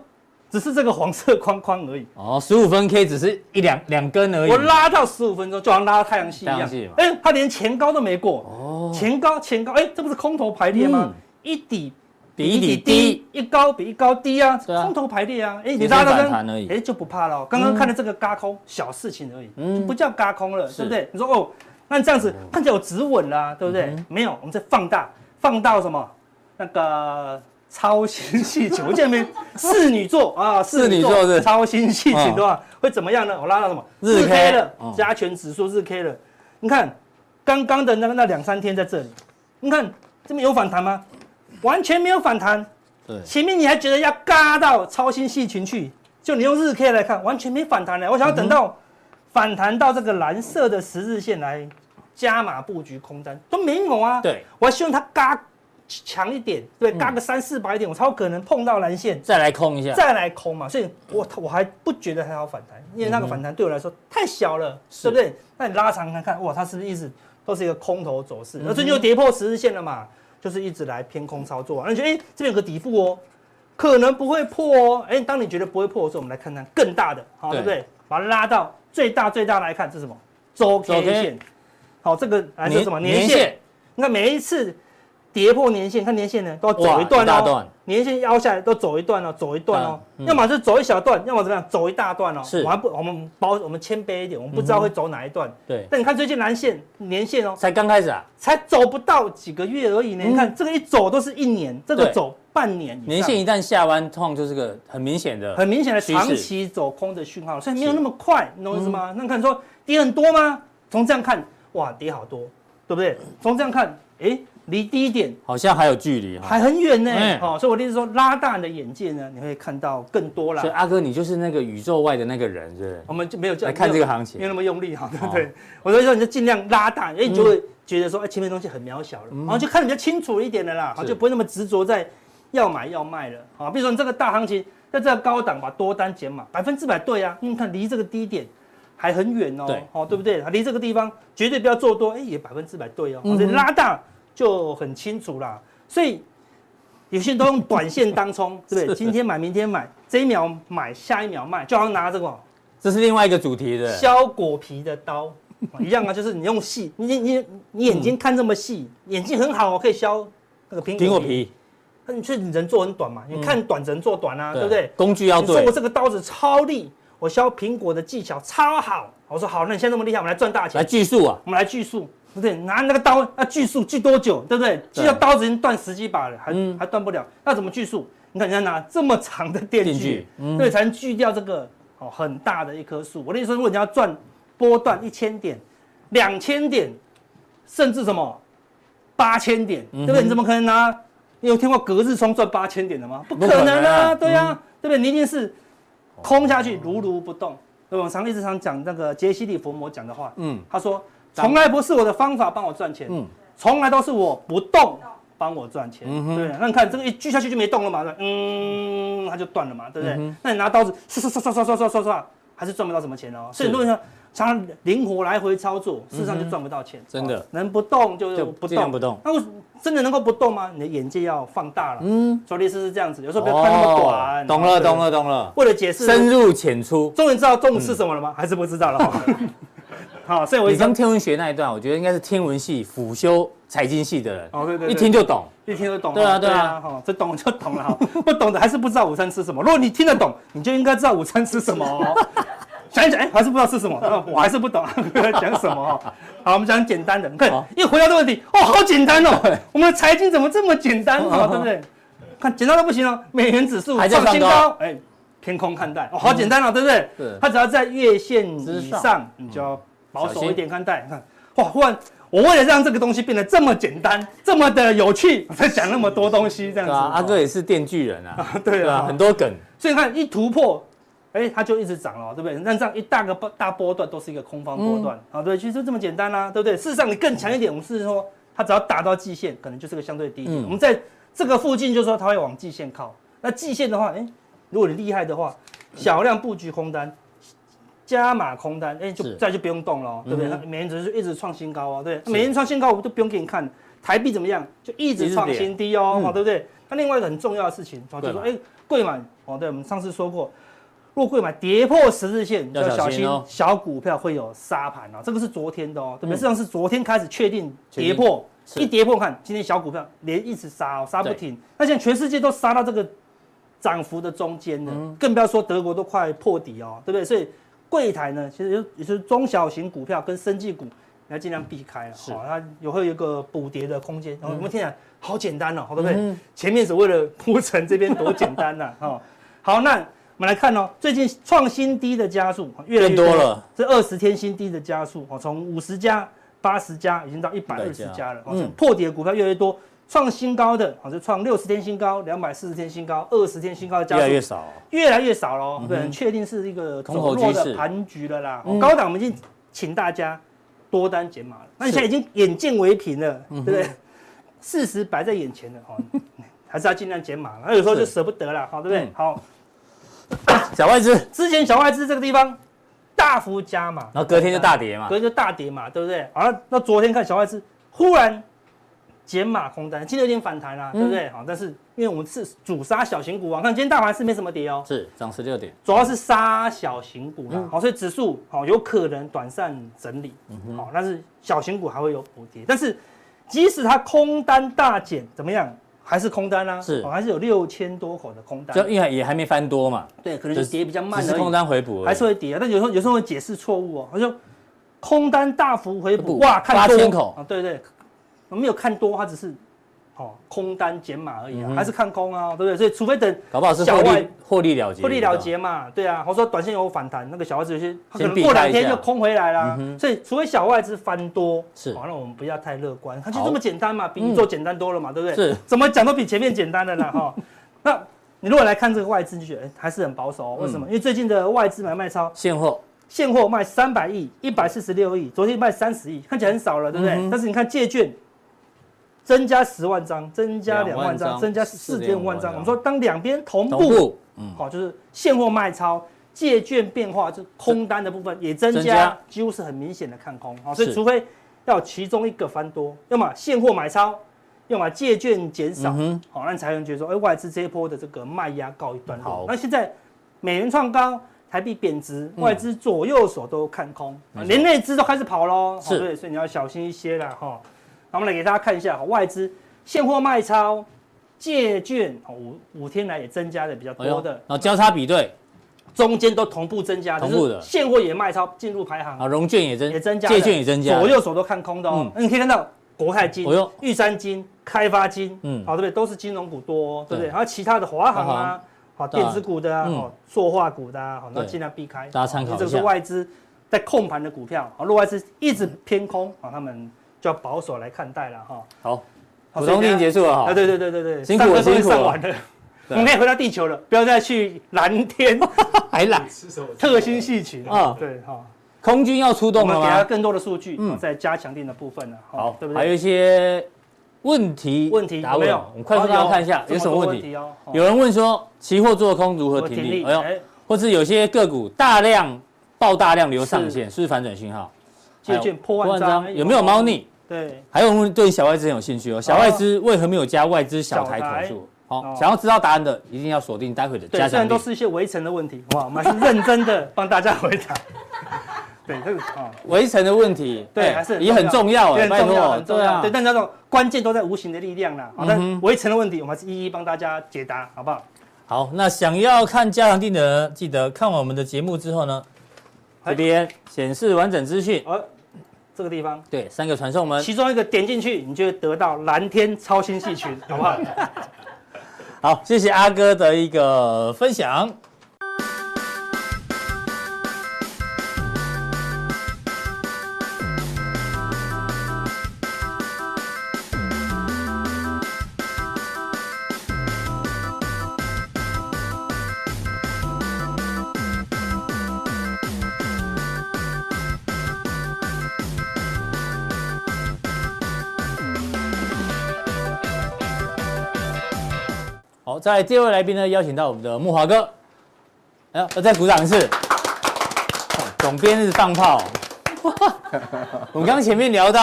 Speaker 2: 只是这个黄色框框而已。
Speaker 1: 哦，十五分 K 只是一两两根而已，
Speaker 2: 我拉到十五分钟，就好像拉到太阳系一
Speaker 1: 太阳
Speaker 2: 样
Speaker 1: 系嘛。
Speaker 2: 哎，它连前高都没过，
Speaker 1: 哦，
Speaker 2: 前高前高，哎，这不是空头排列吗
Speaker 1: 嗯？
Speaker 2: 一底
Speaker 1: 比一底低，
Speaker 2: 低，一高比一高低啊，
Speaker 1: 对啊
Speaker 2: 空头排列啊。哎，
Speaker 1: 只
Speaker 2: 你
Speaker 1: 是
Speaker 2: 拉到
Speaker 1: 反
Speaker 2: 跟
Speaker 1: 弹而已
Speaker 2: 哎就不怕了哦。刚刚看的这个嘎空，小事情而已，就不叫嘎空了，
Speaker 1: 嗯是嗯
Speaker 2: 对不对？你说哦，那这样子看起来有止稳啦，对不对？没有，我们再放大，放到什么？那个超新系群，我见
Speaker 1: (laughs)
Speaker 2: 没？侍女座啊，侍女
Speaker 1: 侍女座
Speaker 2: 座
Speaker 1: 是哦
Speaker 2: 超新系群的话，会怎么样呢？我拉到什么？
Speaker 1: 日 K
Speaker 2: 了
Speaker 1: 嗯，
Speaker 2: 加权指数日 K 了。你看刚刚的那个那两三天在这里，你看这边有反弹吗？完全没有反弹。
Speaker 1: 对
Speaker 2: 前面你还觉得要嘎到超新系群去，就你用日 K 来看，完全没反弹了。我想要等到反弹到这个蓝色的十日线来加码布局空单，都没有啊。
Speaker 1: 对，嗯
Speaker 2: 我还希望它嘎强一点，对，嘎个三四百点，我才有可能碰到蓝线
Speaker 1: 再来空一下，
Speaker 2: (laughs) 再来空嘛。所以我我还不觉得它要反弹，因为那个反弹对我来说太小了，
Speaker 1: 是
Speaker 2: 对不对？那你拉长看看，哇，它是不是一直都是一个空头走
Speaker 1: 嗯
Speaker 2: 势？而最近又跌破十日线了嘛，就是一直来偏空操作、啊。那你觉得，哎、这边有个底部哦，可能不会破哦。哎、当你觉得不会破的时候，我们来看看更大的，好，
Speaker 1: 对
Speaker 2: 对不对？把它拉到最大最大来看，这是什么？周
Speaker 1: 周
Speaker 2: K
Speaker 1: K
Speaker 2: 线。好，这个哎来这是什么？年
Speaker 1: 年
Speaker 2: 线。那每一次跌破年线，看年线呢，都要走
Speaker 1: 哇
Speaker 2: 一段
Speaker 1: 一大
Speaker 2: 哦。
Speaker 1: 段
Speaker 2: 年线腰下来都走一段哦，走一段哦，
Speaker 1: 嗯嗯
Speaker 2: 要么是走一小段，要么怎么样，走一大段哦。
Speaker 1: 是嗯
Speaker 2: 我还不，我们保，我们谦卑一点，我们不知道会走哪一段。
Speaker 1: 对，
Speaker 2: 但你看最近蓝线、年线哦，
Speaker 1: 才刚开始啊，
Speaker 2: 才走不到几个月而已呢。
Speaker 1: 嗯
Speaker 2: 你看这个一走都是一年，这个
Speaker 1: 对
Speaker 2: 走半年以上
Speaker 1: 年线一旦下弯，通常就是个很明显的
Speaker 2: 很明显的
Speaker 1: 趋势嗯
Speaker 2: 长期走空的讯号，所以没有那么快，你懂我意思吗？那看说跌很多吗？从这样看，哇，跌好多，对不对？从这样看，哎，离低点
Speaker 1: 好像还有距离哈。
Speaker 2: 还很远呢
Speaker 1: 啊哎。
Speaker 2: 哦，所以我的意思说，拉大你的眼界呢，你会看到更多啦
Speaker 1: 所以。阿哥，你就是那个宇宙外的那个人，是不是？
Speaker 2: 我们就没有这
Speaker 1: 来
Speaker 2: 样
Speaker 1: 看这
Speaker 2: 没有
Speaker 1: 个哦行
Speaker 2: 没有
Speaker 1: 情，
Speaker 2: 那么用力哈，对不对？我所以说你就尽量拉
Speaker 1: 嗯
Speaker 2: 大，哎，你就会觉得说，哎，前面东西很渺小了，然后就看得比较清楚一点的啦，好
Speaker 1: 是
Speaker 2: 就不会那么执着在要买要卖了啊。比如说你这个大行情，在这个高档把多单减码，百分之百对啊，因为你看离这个低点。还很远哦
Speaker 1: 对，嗯
Speaker 2: 哦，对不对？离这个地方绝对不要做多，哎，也百分之百对哦，所以拉大就很清楚啦。所以有些人都用短线当冲，对不
Speaker 1: (laughs)
Speaker 2: 对？今天买，明天买，这一秒买，下一秒卖，就好像拿这个哦
Speaker 1: 这是另外一个主题的。
Speaker 2: 削果皮的刀一样啊，就是你用细，你你你眼睛看这么细，眼睛很好哦，可以削那个苹
Speaker 1: 嗯苹
Speaker 2: 果
Speaker 1: 果
Speaker 2: 皮，
Speaker 1: 皮，嗯
Speaker 2: 但你却人做很短嘛，你看短只能做短啊，对不对？
Speaker 1: 工具要
Speaker 2: 你说
Speaker 1: 对
Speaker 2: 我，这个刀子超利，我削苹果的技巧超好，我说好，那你现在那么厉害，我们来赚大
Speaker 1: 来
Speaker 2: 钱，
Speaker 1: 锯数啊，
Speaker 2: 我们来锯树，对不对？拿那个刀要锯树，锯多久，对不对？
Speaker 1: 对
Speaker 2: 锯到刀子已经断十几把了，还
Speaker 1: 嗯
Speaker 2: 还断不了，那怎么锯树？你看人家拿这么长的电
Speaker 1: 电
Speaker 2: 锯
Speaker 1: 锯，嗯
Speaker 2: 对，才能锯掉这个哦很大的一棵树。我的意思说，如果你要赚波段一千点、两千点，甚至什么八千点，
Speaker 1: 嗯
Speaker 2: 对不对？你怎么可能拿？你有听过隔日冲赚八千点的吗？不
Speaker 1: 不
Speaker 2: 可
Speaker 1: 可
Speaker 2: 能
Speaker 1: 能
Speaker 2: 啊，
Speaker 1: 啊哦
Speaker 2: 对啊，对不对？你一定是空下去如如不动。对吧，我常一直常讲那个杰西·利佛摩讲的话，
Speaker 1: 嗯，
Speaker 2: 他说从来不是我的方法帮我赚钱，
Speaker 1: 嗯
Speaker 2: 从来都是我不动帮我赚钱，
Speaker 1: 嗯哼
Speaker 2: 对。啊那你看这个一锯下去就没动了嘛，对吧嗯，它就断了嘛，对不对？
Speaker 1: 嗯
Speaker 2: 那你拿刀子刷刷刷刷刷刷刷刷，还是赚不到什么钱哦。所以很多人说常常灵活来回操作，事实上就赚不到钱，
Speaker 1: 嗯真的
Speaker 2: 哦能不动就
Speaker 1: 就
Speaker 2: 不
Speaker 1: 尽量
Speaker 2: 动
Speaker 1: 不。动。
Speaker 2: 那我真的能够不动吗？你的眼界要放大了。
Speaker 1: 嗯，哦
Speaker 2: 所以类似是这样子，有时候不要看那么短。哦
Speaker 1: 懂了，
Speaker 2: 对
Speaker 1: 懂。了，懂了，
Speaker 2: 为了解释
Speaker 1: 深入浅出。
Speaker 2: 终于知道中午吃什么了吗？还是不知道了哦？
Speaker 1: (laughs)
Speaker 2: 好，所以我一
Speaker 1: 你刚
Speaker 2: 听
Speaker 1: 天文学那一段，我觉得应该是天文系辅修财经系的人，
Speaker 2: 哦对对对
Speaker 1: 一听就懂。
Speaker 2: 一听就懂了。哦
Speaker 1: 对啊对啊
Speaker 2: 哈，这懂就懂了哈， (laughs) 不懂的还是不知道午餐吃什么。如果你听得懂，你就应该知道午餐吃什么哦。 (laughs) 想一想，哎，还是不知道吃什么，那我还是不懂 (laughs) 讲什么哦。好，我们讲简单的，你看
Speaker 1: 好
Speaker 2: 一回答这个问题，哦，好简单哦，我们的财经怎么这么简
Speaker 1: (laughs)
Speaker 2: 单
Speaker 1: 好
Speaker 2: 哦，
Speaker 1: 好
Speaker 2: 对不对？看简单到不行哦，美元指数
Speaker 1: 还在
Speaker 2: 创
Speaker 1: 上
Speaker 2: 新
Speaker 1: 高嗯
Speaker 2: 高，哎，偏空看待，哦，好简单哦，对不对？
Speaker 1: 对
Speaker 2: 它只要在月线
Speaker 1: 之
Speaker 2: 以
Speaker 1: 上嗯
Speaker 2: 上，你就要保
Speaker 1: 小
Speaker 2: 守
Speaker 1: 心
Speaker 2: 一点看待。看，哇，忽然我为了让这个东西变得这么简单，这么的有趣， (laughs) 我在讲那么多东西，这
Speaker 1: 对
Speaker 2: 样子。
Speaker 1: 啊，阿哥
Speaker 2: 哦，
Speaker 1: 也是电锯人啊，
Speaker 2: (laughs) 对啊，
Speaker 1: 很多梗。
Speaker 2: 所以你看一突破，哎、它就一直涨了，对不对？那这样一大个波大波段都是一个空方波
Speaker 1: 嗯
Speaker 2: 段，啊，对，其实就这么简单啦、啊对不对？事实上你更强一点，我们是说它只要达到季线，可能就是个相对低点。
Speaker 1: 嗯
Speaker 2: 我们在这个附近就说它会往季线靠。那季线的话，哎、如果你厉害的话，小量布局空单。加码空单，哎、就是再就不用动了哦，对不对？
Speaker 1: 嗯
Speaker 2: 它
Speaker 1: 哼
Speaker 2: 美元指数一直创新高哦，对，
Speaker 1: 是
Speaker 2: 美元创新高，我们都不用给你看台币怎么样，就一
Speaker 1: 一
Speaker 2: 直
Speaker 1: 直
Speaker 2: 创
Speaker 1: 跌
Speaker 2: 新低哦，
Speaker 1: 嗯
Speaker 2: 好，对不对？那另外一个很重要的事情，好，
Speaker 1: 贵
Speaker 2: 就说
Speaker 1: 买
Speaker 2: 哎，贵买哦，对，我们上次说过，若贵买跌破十日线，
Speaker 1: 要
Speaker 2: 要小
Speaker 1: 小
Speaker 2: 心
Speaker 1: 心哦
Speaker 2: 小股票会有杀盘哦，这个是昨天的哦，对不
Speaker 1: 嗯
Speaker 2: 对？事实上是昨天开始确定
Speaker 1: 确
Speaker 2: 跌
Speaker 1: 定
Speaker 2: 破，
Speaker 1: 是
Speaker 2: 一跌破看今天小股票连一直杀哦，杀不
Speaker 1: 对
Speaker 2: 停。那现在全世界都杀到这个涨幅的中间了，
Speaker 1: 嗯
Speaker 2: 更不要说德国都快破底哦，对不对？所以柜台呢，其实有也是中小型股票跟生技股，你要尽量避开了，
Speaker 1: 是
Speaker 2: 好，它也会有一个补跌的空间。然哦后我们听起来好简单哦，好对不对？
Speaker 1: 嗯
Speaker 2: 前面只为了铺陈这边多简单呐、 (laughs) 哈、好，那我们来看哦，最近创新低的加速哦越来越
Speaker 1: 变多了，
Speaker 2: 这二十天新低的加速哦，从五十家、八十家已经到一百二十
Speaker 1: 100
Speaker 2: 家了，哦
Speaker 1: 嗯
Speaker 2: 所以破底的股票越来越多。创新高的，好，就创六十天新高、两百四十天新高、二十天新高的加
Speaker 1: 越
Speaker 2: 速
Speaker 1: 来，越少，
Speaker 2: 越来越少了，
Speaker 1: 嗯哼
Speaker 2: 对，确定是一个
Speaker 1: 空头
Speaker 2: 走弱
Speaker 1: 趋
Speaker 2: 的
Speaker 1: 势
Speaker 2: 盘局了啦。哦
Speaker 1: 嗯
Speaker 2: 高档我们已经请大家多单减码了，那你
Speaker 1: 是
Speaker 2: 现在已经眼见为凭了，对
Speaker 1: 嗯哼
Speaker 2: 不对？事实摆在眼前了，哈，还是要尽量减码了。那有时候就是舍不得了，好，对不对
Speaker 1: 嗯？
Speaker 2: 好，
Speaker 1: (coughs) 小外资，
Speaker 2: 之前小外资这个地方大幅加码，
Speaker 1: 然后隔天就大跌嘛
Speaker 2: 隔。天就大跌嘛，对不对？好，那那昨天看小外资忽然减码空单，今天有点反弹啦、对不对？
Speaker 1: 嗯
Speaker 2: 好，但是因为我们是主杀小型股啊，看今天大盘是没什么跌哦，
Speaker 1: 是涨十六点，
Speaker 2: 主要是杀小型股
Speaker 1: 嗯
Speaker 2: 啦，好、所以指数好、有可能短暂整理，好、但是小型股还会有补跌，但是即使它空单大减，怎么样，还是空单啦、啊，
Speaker 1: 是
Speaker 2: 哦还是有六千多口的空单，
Speaker 1: 就因为也还没翻多嘛，
Speaker 2: 对，可能就跌比较慢
Speaker 1: 只
Speaker 2: 而
Speaker 1: 是空
Speaker 2: 已，
Speaker 1: 单回补而已，
Speaker 2: 还是会跌啊，但有时候有时候会解释错误哦，他说空单大幅回
Speaker 1: 补
Speaker 2: 补，哇，看多哦
Speaker 1: 8000口
Speaker 2: 啊，对对，我没有看多，它只是哦空单减码而已啊
Speaker 1: 嗯，哼
Speaker 2: 还是看空啊，对不对？所以除非等
Speaker 1: 搞不好是
Speaker 2: 小
Speaker 1: 获利
Speaker 2: 外
Speaker 1: 获利了结，
Speaker 2: 获利了结嘛，对啊。我说短线有反弹，那个小外资有些它可
Speaker 1: 先
Speaker 2: 能
Speaker 1: 避
Speaker 2: 过
Speaker 1: 开
Speaker 2: 两
Speaker 1: 一
Speaker 2: 天
Speaker 1: 下
Speaker 2: 就空回来啦
Speaker 1: 嗯，哼
Speaker 2: 所以除非小外资翻多，哦
Speaker 1: 是
Speaker 2: 好，那我们不要太乐观，它就
Speaker 1: 好
Speaker 2: 这么简单嘛，比
Speaker 1: 嗯
Speaker 2: 你做简单多了嘛，对不对？
Speaker 1: 是
Speaker 2: 怎么讲都比前面简单的啦
Speaker 1: (laughs)
Speaker 2: 哈。那你如果来看这个外资，你就觉得哎还是很保守
Speaker 1: 嗯
Speaker 2: 哦，为什么？因为最近的外资买卖超
Speaker 1: 现货，
Speaker 2: 现货卖三百亿、一百四十六亿，昨天卖三十亿，看起来很少了，对不对？
Speaker 1: 嗯哼
Speaker 2: 但是你看借券增加十万张，增加
Speaker 1: 两
Speaker 2: 两
Speaker 1: 万
Speaker 2: 万张，
Speaker 1: 张
Speaker 2: 增加四点
Speaker 1: 4.5
Speaker 2: 五
Speaker 1: 万
Speaker 2: 万
Speaker 1: 张
Speaker 2: 张。我们说，当两边同
Speaker 1: 同
Speaker 2: 步，
Speaker 1: 步，嗯，
Speaker 2: 好、就是现货卖超，借券变化，就空单的部分也增
Speaker 1: 增加
Speaker 2: 加，几乎是很明显的看空。好、所以
Speaker 1: 是
Speaker 2: 除非要有其中一个翻多，要么现货买超，要么借券减少
Speaker 1: 嗯，哼，
Speaker 2: 好、那你才能觉得说，哎、外资这一波的这个卖压告一段
Speaker 1: 好嗯
Speaker 2: 落。那现在美元创高，台币贬值，外资左右手都看空，
Speaker 1: 没
Speaker 2: 啊
Speaker 1: 错
Speaker 2: 连内资都开始跑喽。
Speaker 1: 是
Speaker 2: 哦对，所以你要小心一些啦，哈、那我们来给大家看一下，哈，外资现货卖超。借券哦五五天来也增加的比较
Speaker 1: 哎呦
Speaker 2: 多的，
Speaker 1: 然后交叉比对，
Speaker 2: 中间都同步增加，
Speaker 1: 同步的
Speaker 2: 就是现货也卖超进入排
Speaker 1: 啊，
Speaker 2: 行，
Speaker 1: 融券也增，
Speaker 2: 也增加了，
Speaker 1: 借券也增加，嗯
Speaker 2: 左右手都看空的哦。那你可以看到国泰金
Speaker 1: 哎呦、
Speaker 2: 玉山金、开发金，
Speaker 1: 嗯
Speaker 2: 嗯，好对不对？都是金融股多哦，对不
Speaker 1: 对
Speaker 2: 对？然后其他的华航
Speaker 1: 华
Speaker 2: 啊，好电子股的啊，
Speaker 1: 嗯
Speaker 2: 哦塑化股的啊，好那
Speaker 1: 对
Speaker 2: 尽量避开，
Speaker 1: 大家参考一下
Speaker 2: 因为这个是外资在控盘的股票，好，如果外资一直偏空，好，他们就要保守来看待了哈。
Speaker 1: 好，
Speaker 2: 好
Speaker 1: 股东令结束了
Speaker 2: 啊，
Speaker 1: 哈，
Speaker 2: 对对对对对，
Speaker 1: 辛苦了
Speaker 2: 上课终于
Speaker 1: 辛苦了
Speaker 2: 上完了，我
Speaker 1: 对
Speaker 2: 们可以回到地球了，不要再去蓝
Speaker 1: (laughs)
Speaker 2: 天
Speaker 1: 还懒，
Speaker 4: 吃什么？
Speaker 2: 特新系群
Speaker 1: 啊
Speaker 2: 啊，对哈，
Speaker 1: 空军要出
Speaker 2: 我
Speaker 1: 动
Speaker 2: 们
Speaker 1: 了
Speaker 2: 给他
Speaker 1: 吗？
Speaker 2: 更多的数据，
Speaker 1: 嗯
Speaker 2: 嗯，再加强定的部分呢，哈
Speaker 1: 好
Speaker 2: 对，不
Speaker 1: 还有
Speaker 2: 对？
Speaker 1: 一些问题
Speaker 2: 问题
Speaker 1: 答
Speaker 2: 有没
Speaker 1: 问哦
Speaker 2: 有？
Speaker 1: 我们快速让大家看一下有什么问题。
Speaker 2: 题哦？
Speaker 1: 有人问说，期货做空如
Speaker 2: 如
Speaker 1: 何
Speaker 2: 何
Speaker 1: 停
Speaker 2: 停
Speaker 1: 利？
Speaker 2: 利？
Speaker 1: 哎呦，
Speaker 2: 哎，
Speaker 1: 或是有些个股大量爆大量留上限，是不是反转讯号？哎
Speaker 2: 借券破万
Speaker 1: 还
Speaker 2: 张，哎
Speaker 1: 有有没有猫？腻？
Speaker 2: 对，
Speaker 1: 还有人问对小外资很有兴趣哦，小外资为何没有加外资小台口数？好、
Speaker 2: 哦
Speaker 1: 想要知道答案的，一定要锁定待会的
Speaker 2: 对，
Speaker 1: 加
Speaker 2: 虽
Speaker 1: 强
Speaker 2: 然都
Speaker 1: 力。
Speaker 2: 是一些围城的问题，好不好？我们还是认真的帮大家回
Speaker 1: (laughs)
Speaker 2: 答。对，这个啊，
Speaker 1: 围城的问题，
Speaker 2: 对
Speaker 1: 哎
Speaker 2: 还是很
Speaker 1: 哦也很重要哎，
Speaker 2: 很
Speaker 1: 拜
Speaker 2: 重要，
Speaker 1: 托，
Speaker 2: 很重
Speaker 1: 对
Speaker 2: 要。
Speaker 1: 啊
Speaker 2: 对，，但那种关键都在无形的力量啦。好，但
Speaker 1: 嗯哼
Speaker 2: 围城的问题，我们还是一一帮大家解答，好不好？
Speaker 1: 好，那想要看加强定的人，记得看完我们的节目之后呢，
Speaker 2: 哎
Speaker 1: 这边显示完整资讯，
Speaker 2: 而这个地方。
Speaker 1: 对，三个传送门。
Speaker 2: 其中一个点进去，你就会得到蓝天超星系群，好不好？
Speaker 1: 好，谢谢阿哥的一个分享。好，在第二位来宾呢，邀请到我们的木华哥，哎呀，要再鼓掌一次。哦总编是放炮。我们刚前面聊到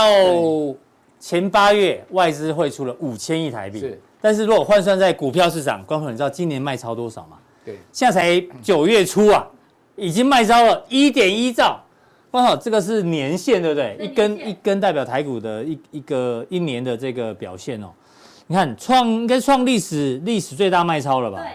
Speaker 1: 前八月外资汇出了五千亿台币
Speaker 5: 是，
Speaker 1: 但是如果换算在股票市场，光头你知道今年卖超多少吗？
Speaker 5: 对，
Speaker 1: 现在才九月初啊，已经卖超了一点一兆。光头这个是年限对不对？
Speaker 3: 对
Speaker 1: 一根
Speaker 3: 年限
Speaker 1: 一根代表台股的一一个一年的这个表现哦。你看创应该创历史历史最大卖超了吧？
Speaker 3: 对，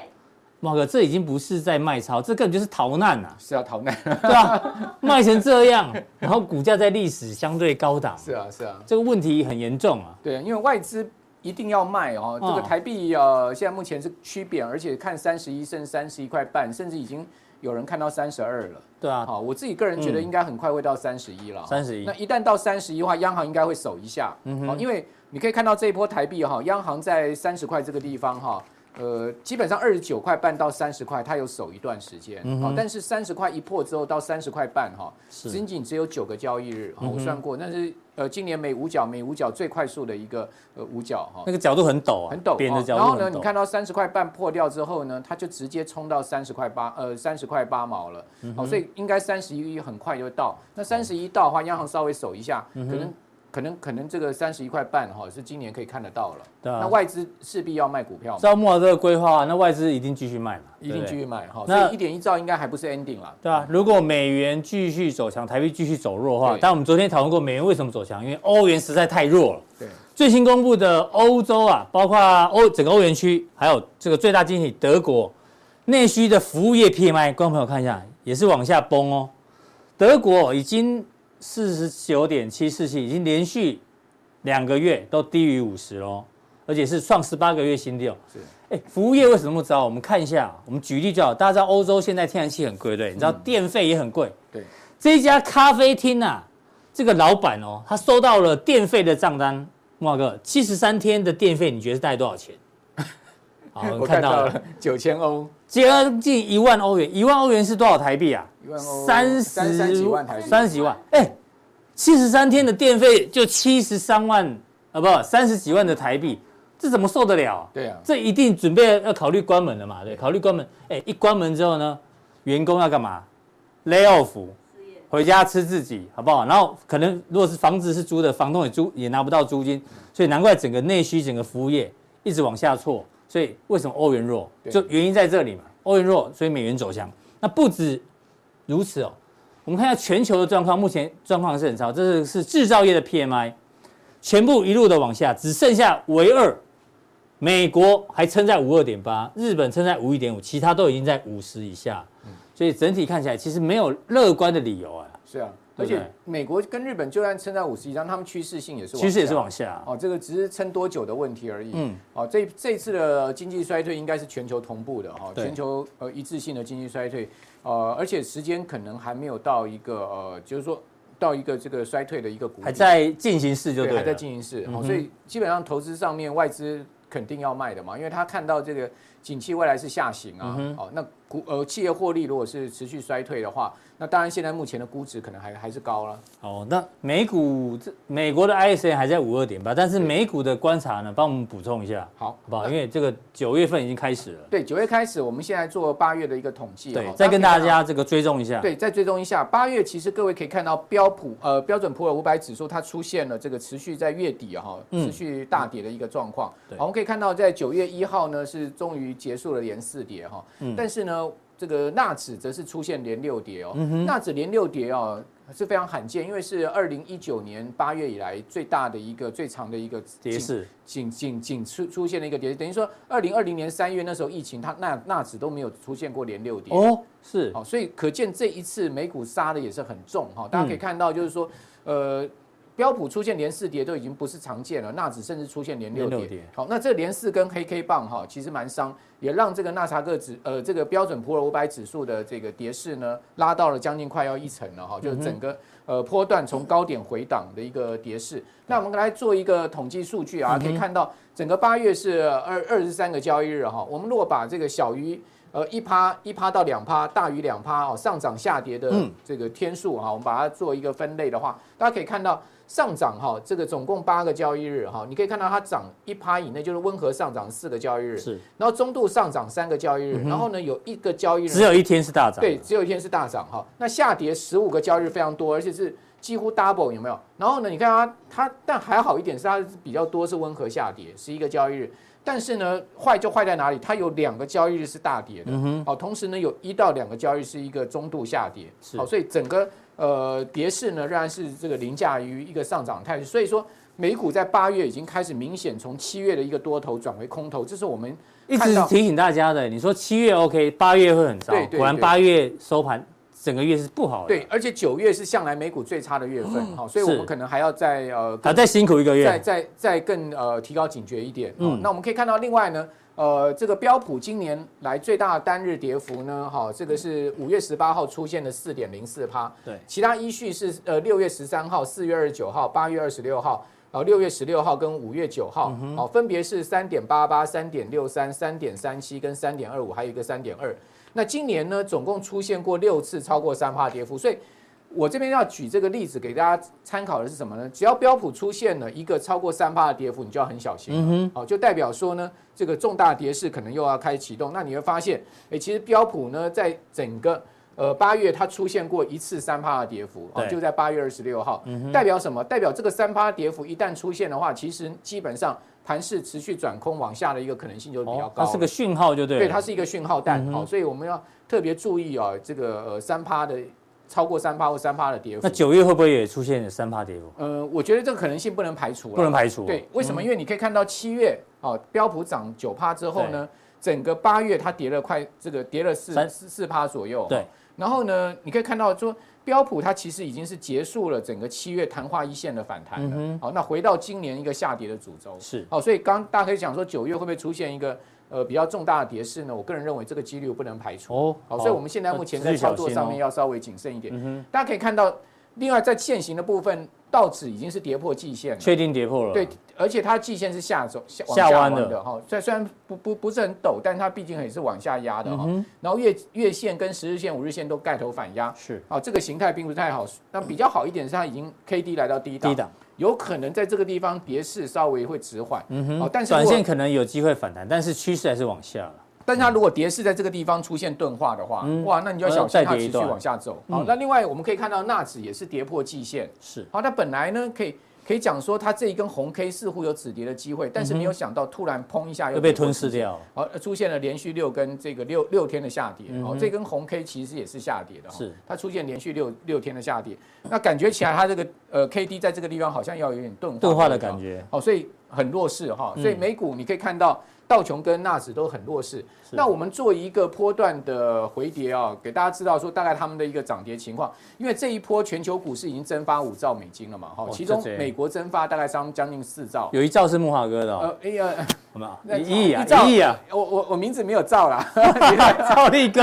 Speaker 1: 茂哥，这已经不是在卖超，这根本就是逃难啊，
Speaker 5: 是要逃难，
Speaker 1: 对吧、卖成这样，然后股价在历史相对高档，
Speaker 5: (laughs) 是啊，是啊，
Speaker 1: 这个问题很严重啊。
Speaker 5: 对，因为外资一定要卖哦，这
Speaker 1: 哦
Speaker 5: 个台币呃，现在目前是趋贬，而且看三十一剩三十一块半，甚至已经有人看到三十二了。
Speaker 1: 对啊，
Speaker 5: 好，我自己个人觉得
Speaker 1: 嗯
Speaker 5: 应该很快会到三十一了。
Speaker 1: 31
Speaker 5: 那一旦到三十一的话，央行应该会守一下。嗯因为你可以看到这一波台币哈，央行在三十块这个地方哈。呃，基本上二十九块半到三十块，它有守一段时间，
Speaker 1: 嗯
Speaker 5: 好、
Speaker 1: 哼
Speaker 5: 但是三十块一破之后到三十块半哈，
Speaker 1: 是
Speaker 5: 仅仅只有九个交易日，哈
Speaker 1: 嗯哼
Speaker 5: 我算过，那是呃今年每五角每五角最快速的一个呃五角哈
Speaker 1: 那，个角度很陡啊，
Speaker 5: 很陡。
Speaker 1: 扁的
Speaker 5: 哈
Speaker 1: 角
Speaker 5: 然后
Speaker 1: 度
Speaker 5: 呢，
Speaker 1: 很
Speaker 5: 你看
Speaker 1: 陡。
Speaker 5: 到三十块半破掉之后呢，它就直接冲到三十块八呃三十块八毛了，
Speaker 1: 嗯
Speaker 5: 好，所以应该三十一很快就到。那三十一到的话，央行稍微守一下，
Speaker 1: 嗯
Speaker 5: 可能可能可能这个三十一块半哈是今年可以看得到了。
Speaker 1: 对啊
Speaker 5: 那外资势必要卖股票嘛，
Speaker 1: 照木华这个规划，那外资一定继续卖嘛，
Speaker 5: 一定
Speaker 1: 对不对
Speaker 5: 继续卖哈，
Speaker 1: 那
Speaker 5: 所以一点一兆应该还不是 ending 啦。
Speaker 1: 对啊，如果美元继续走强，台币继续走弱的话，
Speaker 5: 对
Speaker 1: 但我们昨天讨论过美元为什么走强，因为欧元实在太弱了。
Speaker 5: 对，
Speaker 1: 最新公布的欧洲啊，包括欧整个欧元区，还有这个最大经济体德国，内需的服务业 PMI，观众朋友看一下，也是往下崩哦。德国已经四十九点七四七，已经连续两个月都低于五十喽，而而且是创十八个月新低哦。
Speaker 5: 是，
Speaker 1: 哎，服务业为什么那么糟？我们看一下，我们举例就好。大家知道欧洲现在天然气很贵，对不对？你知道电费也很贵。
Speaker 5: 对，
Speaker 1: 这一家咖啡厅啊，这个老板哦，他收到了电费的账单，木华哥，七十三天的电费，你觉得大概多少 (laughs) 钱？好，我
Speaker 5: 我
Speaker 1: 们看
Speaker 5: 看
Speaker 1: 到
Speaker 5: 到
Speaker 1: 了
Speaker 5: 了，九千欧，
Speaker 1: 将近一万欧元，一万欧元是多少台币啊？
Speaker 5: 一万欧，
Speaker 1: 三
Speaker 5: 三
Speaker 1: 十
Speaker 5: 三几万台币，
Speaker 1: 三十几万，哎，七十三天的电费就七十三万，啊不，三十几万的台币，这怎么受得了啊、
Speaker 5: 对啊，
Speaker 1: 这一定准备要考虑关门了嘛？对，考虑关门。哎，一关门之后呢，员工要干嘛？lay off，回家吃自己，好不好？然后可能如果是房子是租的，房东也租也拿不到租金，所以难怪整个内需、整个服务业一直往下挫。所以为什么欧元弱？
Speaker 5: 对
Speaker 1: 就原因在这里嘛。欧元弱，所以美元走强。那不止如此哦，我们看一下全球的状况，目前状况是很差，这是是制造业的 PMI，全部一路的往下，只剩下唯二美国还撑在五二点八，日本撑在五一点五，其他都已经在五十以下，所以整体看起来其实没有乐观的理由啊，
Speaker 5: 是啊，
Speaker 1: 对
Speaker 5: 而
Speaker 1: 不对
Speaker 5: 且美国跟日本就算撑在五十以上，他们趋势性也是
Speaker 1: 趋势也是
Speaker 5: 下
Speaker 1: 往下。啊
Speaker 5: 哦，这个只是撑多久的问题而已。
Speaker 1: 嗯
Speaker 5: 嗯，哦，这这次的经济衰退应该是全球同步的哈、
Speaker 1: 对
Speaker 5: 全球呃一致性的经济衰退，呃，而且时间可能还没有到一个呃，就是说到一个这个衰退的一个谷底，
Speaker 1: 还在进行式就对
Speaker 5: 对，
Speaker 1: 了，
Speaker 5: 还在进行式、
Speaker 1: 嗯
Speaker 5: 哦，
Speaker 1: 哼
Speaker 5: 所以基本上投资上面外资肯定要卖的嘛，因为他看到这个景气未来是下行
Speaker 1: 嗯
Speaker 5: 啊，哦，那股呃企业获利如果是持续衰退的话，那当然现在目前的估值可能还还是高了，
Speaker 1: 哦，那美股这美国的 ISM 还在五二点八，但是美股的观察呢，帮我们补充一下，
Speaker 5: 好。
Speaker 1: 好不好？因为这个九月份已经开始了，
Speaker 5: 对，九月开始，我们现在做八月的一个统计，
Speaker 1: 对
Speaker 5: 哦，
Speaker 1: 再跟大
Speaker 5: 可以看到
Speaker 1: 家这个追踪一下。
Speaker 5: 对，再追踪一下，八月其实各位可以看到标普呃标准普尔五百指数它出现了这个持续在月底啊哈、
Speaker 1: 嗯
Speaker 5: 持续大跌的一个状况。
Speaker 1: 对
Speaker 5: 好我们可以看到在九月一号呢是终于结束了连四跌哈、
Speaker 1: 嗯
Speaker 5: 但是呢这个纳指则是出现连六跌
Speaker 1: 嗯
Speaker 5: 哦，纳指连六跌哦。是非常罕见，因为是二零一九年八月以来最大的一个、最长的一个
Speaker 1: 跌势，
Speaker 5: 仅仅仅出出现了一个跌，等于说二零二零年三月那时候疫情，它纳纳指都没有出现过连六跌。
Speaker 1: 哦，是
Speaker 5: 好，所以可见这一次美股杀的也是很重哈、大家可以
Speaker 1: 嗯
Speaker 5: 看到，就是说，呃，标普出现连四跌都已经不是常见了，纳指甚至出现连六
Speaker 1: 连
Speaker 5: 跌。
Speaker 1: 六跌
Speaker 5: 好，那这连四根黑 K 棒哈、其实蛮伤，也让这个纳斯达克指呃这个标准普尔五百指数的这个跌势呢拉到了将近快要一层了哈、
Speaker 1: 嗯
Speaker 5: 就是整个、呃波段从高点回档的一个跌势。那我们来做一个统计数据
Speaker 1: 嗯
Speaker 5: 啊，可以看到整个八月是二二十三个交易日哈、我们如果把这个小于呃，一趴一趴到两趴，大于两趴哦，上涨下跌的
Speaker 1: 嗯
Speaker 5: 这个天数哈、我们把它做一个分类的话，大家可以看到上涨哈、这个总共八个交易日哈、你可以看到它涨一趴以内就是温和上涨四个交易日，
Speaker 1: 是，嗯
Speaker 5: 然后中度上涨三个交易日，然后呢有一个交易日
Speaker 1: 只有一天是大涨的，
Speaker 5: 对，只有一天是大涨哈。那下跌十五个交易日非常多，而且是几乎 double 有没有？然后呢，你看它它，但还好一点是它是比较多是温和下跌，十一个交易日。但是呢，坏就坏在哪里？它有两个交易日是大跌
Speaker 1: 嗯
Speaker 5: 的，好、哦同时呢有一到两个交易日是一个中度下跌，哦
Speaker 1: 是
Speaker 5: 好、所以整个呃跌势呢仍然是这个凌驾于一个上涨态势，所以说美股在八月已经开始明显从七月的一个多头转为空头，这是我们
Speaker 1: 一直
Speaker 5: 看到
Speaker 1: 提醒大家的，你说七月 OK，八月会很糟
Speaker 5: 对，对
Speaker 1: 果然
Speaker 5: 对
Speaker 1: 八月收盘整个月是不好的，哦
Speaker 5: 对，，而且九月是向来美股最差的月份，好、所以我
Speaker 1: 是
Speaker 5: 们可能还要再呃
Speaker 1: 还再辛苦一个
Speaker 5: 再
Speaker 1: 月，
Speaker 5: 再再更呃提高警觉一点。
Speaker 1: 嗯
Speaker 5: 嗯，那我们可以看到，另外呢，呃，这个标普今年来最大的单日跌幅呢，哈、这个是五月十八号出现的四点零四趴，
Speaker 1: 对
Speaker 5: 其他依序是呃六月十三号、四月二十九号、八月二十六号。然后六月十六号跟五月九号，好、分别是三点八八、三点六三、三点三七跟三点二五，还有一个三点二。那今年呢，总共出现过六次超过三趴跌幅，所以我这边要举这个例子给大家参考的是什么呢？只要标普出现了一个超过三趴的跌幅，你就要很小心
Speaker 1: 嗯
Speaker 5: 了。好、就代表说呢，这个重大跌势可能又要开始启动。那你会发现，诶，其实标普呢，在整个呃八月它出现过一次三趴的跌幅，哦
Speaker 1: 对嗯
Speaker 5: 就在八月二十六号，代表什么？代表这个三趴跌幅一旦出现的话，其实基本上盘势持续转空往下的一个可能性就比较
Speaker 1: 哦，
Speaker 5: 高
Speaker 1: 它
Speaker 5: 了。
Speaker 1: 是个讯号就对嗯了，
Speaker 5: 对，它是一个讯号弹，好、所以我们要特别注意啊、这个呃三趴的超过三趴或三趴的跌幅
Speaker 1: 那。九月会不会也出现三趴跌幅？
Speaker 5: 呃，我觉得这个可能性不能排除啦
Speaker 1: 不能排除，哦
Speaker 5: 对，，
Speaker 1: 嗯
Speaker 5: 为什么？因为你可以看到七月哦，标普涨九趴之后呢，整个八月它跌了快这个跌了四
Speaker 1: 三
Speaker 5: 四四趴左右。
Speaker 1: 对。
Speaker 5: 然后呢，你可以看到说标普它其实已经是结束了整个七月昙花一现的反
Speaker 1: 嗯
Speaker 5: 弹了。好，那回到今年一个下跌的主轴。
Speaker 1: 是
Speaker 5: 好，所以刚大家可以讲说九月会不会出现一个呃比较重大的跌势呢？我个人认为这个几率不能排除。
Speaker 1: 哦，
Speaker 5: 好，所以我们现在目前在
Speaker 1: 持续小
Speaker 5: 操作
Speaker 1: 心
Speaker 5: 上
Speaker 1: 哦
Speaker 5: 面要稍微谨慎一点。
Speaker 1: 嗯哼
Speaker 5: 大家可以看到，另外在现行的部分，道指已经是跌破季线了。
Speaker 1: 确定跌破了，
Speaker 5: 对，，而且它季线是下走下往
Speaker 1: 下
Speaker 5: 下
Speaker 1: 弯
Speaker 5: 弯
Speaker 1: 的
Speaker 5: 的哈，虽虽然不不不是很陡，但它毕竟也是往下压的哦
Speaker 1: 嗯
Speaker 5: 哈。
Speaker 1: 哼，
Speaker 5: 然后月月线跟十日线、五日线都盖头反压，
Speaker 1: 是
Speaker 5: 啊，这个形态并不太好。那比较好一点是它已经 K D 来到低档，
Speaker 1: 低档，
Speaker 5: 有可能在这个地方跌势稍微会迟缓。
Speaker 1: 嗯
Speaker 5: 好
Speaker 1: 哼，
Speaker 5: 但是
Speaker 1: 短
Speaker 5: 如果
Speaker 1: 线可能有机会反弹，但是趋势还是往下了。
Speaker 5: 但是它如果跌势在这个地方出现钝化的话，
Speaker 1: 嗯
Speaker 5: 哇，那你就要小
Speaker 1: 再跌
Speaker 5: 心它持
Speaker 1: 一
Speaker 5: 续
Speaker 1: 段
Speaker 5: 往下走。好
Speaker 1: 嗯，
Speaker 5: 那另外我们可以看到纳指也是跌破季线。
Speaker 1: 是
Speaker 5: 好，那本来呢可以可以讲说它这一根红 K 似乎有止跌的机会，但是没有想到突然砰一下又
Speaker 1: 嗯又被
Speaker 5: 跌破
Speaker 1: 吞噬
Speaker 5: 季线。
Speaker 1: 掉了，
Speaker 5: 好，呃出现了连续六根这个六六天的下跌，
Speaker 1: 嗯
Speaker 5: 哦
Speaker 1: 哼，
Speaker 5: 这根红 K 其实也是下跌的，哦
Speaker 1: 是
Speaker 5: 它出现连续六六天的下跌，那感觉起来它这个呃 K D 在这个地方好像要有点钝化
Speaker 1: 钝化的
Speaker 5: 味道
Speaker 1: 感觉，
Speaker 5: 哦，所以很弱势哈、
Speaker 1: 嗯
Speaker 5: 所以美股你可以看到道琼跟纳指都很弱势。
Speaker 1: 是
Speaker 5: 那我们做一个波段的回跌啊、给大家知道说大概他们的一个涨跌情况，因为这一波全球股市已经蒸发五兆美金了嘛，哈、
Speaker 1: 哦
Speaker 5: 其中
Speaker 1: 这这
Speaker 5: 美国蒸发大概将将近四兆。
Speaker 1: 有一兆是木华哥的哦，
Speaker 5: 呃，哎呀，
Speaker 1: 好吗？
Speaker 5: 那哦
Speaker 1: 一亿啊，
Speaker 5: 一兆
Speaker 1: 一亿
Speaker 5: (laughs)
Speaker 1: 啊，
Speaker 5: 我我我名字没有兆啦
Speaker 1: 兆力哥，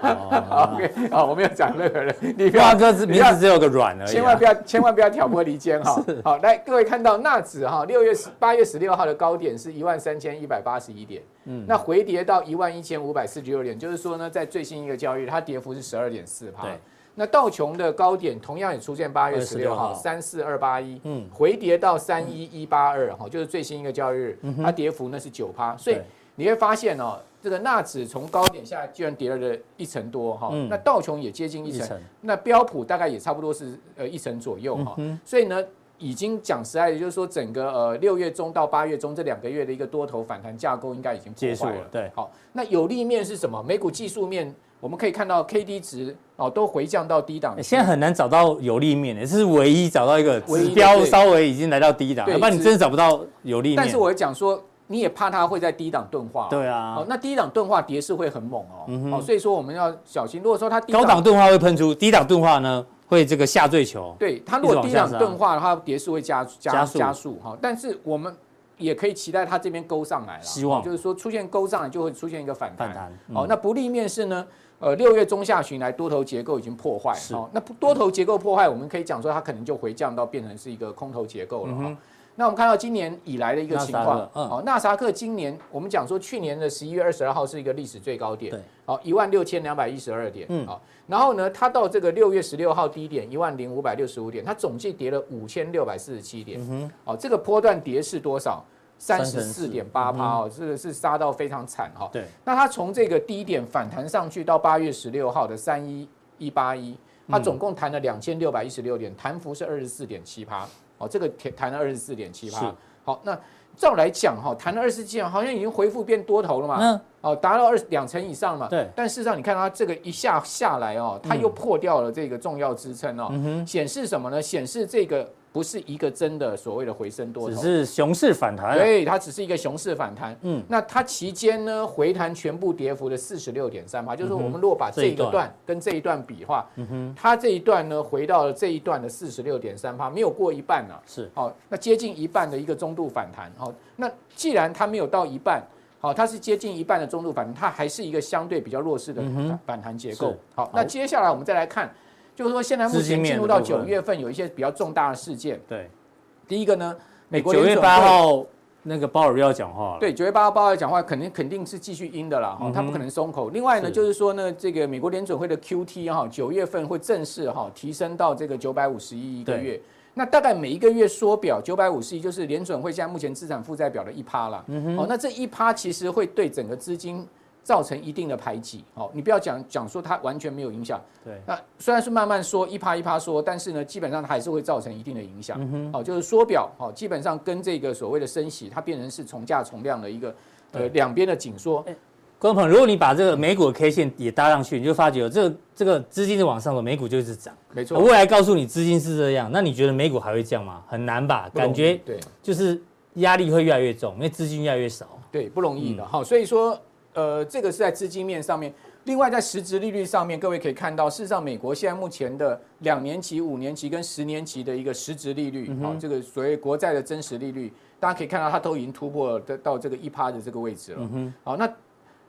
Speaker 1: 哦
Speaker 5: ，OK，好，我没有讲任何人，你不
Speaker 1: 木
Speaker 5: 要
Speaker 1: 华哥只名字只有个软而已啊，
Speaker 5: 千万不要，千万不要挑拨离间哈。好，来各位看到纳指哈，六月十八月十六号的高点是一万三千一百八十一点，
Speaker 1: 嗯
Speaker 5: 嗯，那回跌到一万一千五百四十六点，就是说呢，在最新一个交易日，它跌幅是十二点四帕
Speaker 1: 对。
Speaker 5: 那道琼的高点同样也出现八月十
Speaker 1: 16
Speaker 5: 六
Speaker 1: 号
Speaker 5: 号三四二八一，
Speaker 1: 嗯
Speaker 5: 嗯，回跌到三一一八二哈，就是最新一个交易日，它跌幅呢是九趴，所
Speaker 1: 嗯
Speaker 5: 以
Speaker 1: 对
Speaker 5: 你会发现哦，这个纳指从高点下来居然跌了一成多哈
Speaker 1: 嗯，
Speaker 5: 那道琼也接近一哦
Speaker 1: 一
Speaker 5: 成，
Speaker 1: 层，
Speaker 5: 那标普大概也差不多是呃一成左右哈、
Speaker 1: 嗯
Speaker 5: 所以呢，已经讲实在的，就是说整个呃六月中到八月中这两个月的一个多头反弹架构应该已经
Speaker 1: 结束
Speaker 5: 破坏
Speaker 1: 了
Speaker 5: 了。
Speaker 1: 对
Speaker 5: 好，那有利面是什么？美股技术面我们可以看到 K D 值哦都回降到低档
Speaker 1: 欸，现在很难找到有利面的，这是唯一找到一个
Speaker 5: 唯一
Speaker 1: 指
Speaker 5: 的
Speaker 1: 标
Speaker 5: 对
Speaker 1: 稍微已经来到低档，
Speaker 5: 对
Speaker 1: 要不然你
Speaker 5: 是
Speaker 1: 真的找不到有利面。
Speaker 5: 但是我讲说你也怕它会在低档钝化、。
Speaker 1: 对
Speaker 5: 哦
Speaker 1: 啊，，
Speaker 5: 那低档钝化跌势会很猛哦，
Speaker 1: 嗯哼
Speaker 5: 哦，所以说我们要小心。如果说它低
Speaker 1: 高档钝化会喷出，低档钝化呢会这个下坠球。
Speaker 5: 对它
Speaker 1: 一
Speaker 5: 如
Speaker 1: 直
Speaker 5: 果
Speaker 1: 往
Speaker 5: 低
Speaker 1: 下
Speaker 5: 档
Speaker 1: 杀
Speaker 5: 钝化的话，跌势会加
Speaker 1: 加
Speaker 5: 加
Speaker 1: 速
Speaker 5: 加速哈。但是我们也可以期待它这边勾上来了，
Speaker 1: 希望
Speaker 5: 就是说出现勾上来就会出现一个反弹。
Speaker 1: 反弹嗯
Speaker 5: 好，那不利面是呢？呃，六月中下旬来多头结构已经破坏
Speaker 1: 是，
Speaker 5: 哦，那多头结构破坏，我们可以讲说它可能就回降到变成是一个空头结构了
Speaker 1: 嗯
Speaker 5: 哈
Speaker 1: 哼。，
Speaker 5: 那我们看到今年以来的一个情
Speaker 1: 纳
Speaker 5: 况
Speaker 1: 斯达克，嗯
Speaker 5: 好，纳斯达克今年我们讲说去年的十一月二十二号是一个历史最高点
Speaker 1: 对，
Speaker 5: 好一万六千两百一十二点
Speaker 1: 嗯，
Speaker 5: 好，然后呢，它到这个六月十六号低点一万零五百六十五点，它总计跌了五千六百四十七点
Speaker 1: 嗯，哼，
Speaker 5: 好，哦这个波段跌是多少？三十四
Speaker 1: 34
Speaker 5: 点八趴哦，这个是杀到非常惨哈、
Speaker 1: 嗯对，
Speaker 5: 那它从这个低点反弹上去到八月十六号的三一一八一，它
Speaker 1: 嗯
Speaker 5: 总共弹了两千六百一十六点，弹幅是二十四点七趴。哦，这个弹弹了二十四点七
Speaker 1: 是
Speaker 5: 趴。好，那照来讲哈、弹了二十七，好像已经恢复变多头了嘛。
Speaker 1: 那
Speaker 5: 哦，达到二两成以上嘛。
Speaker 1: 嗯对
Speaker 5: 但事实上，你看它这个一下下来哦，它又破掉了这个重要支撑哦，
Speaker 1: 嗯哼，
Speaker 5: 显示什么呢？显示这个不是一个真的所谓的回升多
Speaker 1: 只
Speaker 5: 头。
Speaker 1: 是熊市反弹。啊
Speaker 5: 对，它只是一个熊市反弹。
Speaker 1: 嗯
Speaker 5: 嗯，那它期间呢，回弹全部跌幅的四十六点三八，就是说我们如果把
Speaker 1: 嗯这
Speaker 5: 这
Speaker 1: 一
Speaker 5: 一个
Speaker 1: 段
Speaker 5: 段跟这一段比的话，
Speaker 1: 嗯哼，
Speaker 5: 它这一段呢回到了这一段的四十六点三八，没有过一半啊。
Speaker 1: 是
Speaker 5: 好，那接近一半的一个中度反弹。好，那既然它没有到一半，好，它是接近一半的中度反弹，它还是一个相对比较弱势的
Speaker 1: 嗯哼
Speaker 5: 反弹结构
Speaker 1: 是。
Speaker 5: 好，那接下来我们再来看，就是说现在目
Speaker 1: 资金
Speaker 5: 前
Speaker 1: 面
Speaker 5: 进入
Speaker 1: 的
Speaker 5: 到
Speaker 1: 部分
Speaker 5: 九月份有一些比较重大的事件。
Speaker 1: 对，
Speaker 5: 第一个呢，美国
Speaker 1: 九
Speaker 5: 联
Speaker 1: 月
Speaker 5: 准
Speaker 1: 八
Speaker 5: 会
Speaker 1: 号那个鲍尔又要讲话了。
Speaker 5: 对，九月八号鲍尔讲话，肯定肯定是继续阴的啦，哈、他不可能松口。另外呢，
Speaker 1: 嗯是
Speaker 5: 就是说呢，这个美国联准会的 QT 哈，九月份会正式哈提升到这个九百五十亿一个
Speaker 1: 对
Speaker 5: 月。那大概每一个月缩表九百五十亿，就是联准会现在目前资产负债表的一趴啦。
Speaker 1: 嗯
Speaker 5: 哦，那这一趴其实会对整个资金造成一定的排挤。哦，你不要讲讲说它完全没有影响，
Speaker 1: 对，
Speaker 5: 那虽然是慢慢说一趴一趴说，但是呢，基本上它还是会造成一定的影响。
Speaker 1: 嗯
Speaker 5: 好、就是缩表，好、基本上跟这个所谓的升息，它变成是从价从量的一个呃
Speaker 1: 对哎
Speaker 5: 两边的紧缩。
Speaker 1: 观众朋友，如果你把这个美股的 K 线也搭上去，你就发觉这个这个资金是往上走，美股就一直涨。
Speaker 5: 没
Speaker 1: 我
Speaker 5: 错，
Speaker 1: 未来告诉你资金是这样，那你觉得美股还会这样吗？很难吧？
Speaker 5: 不容易
Speaker 1: 感觉
Speaker 5: 对
Speaker 1: 就是压力会越来越重，因为资金越来越少。
Speaker 5: 对不容易的哈、所以说呃，这个是在资金面上面。另外，在实质利率上面，各位可以看到，事实上，美国现在目前的两年期、五年期跟十年期的一个实质利率，好、这个所谓国债的真实利率，大家可以看到，它都已经突破了到这个一趴的这个位置了。好，那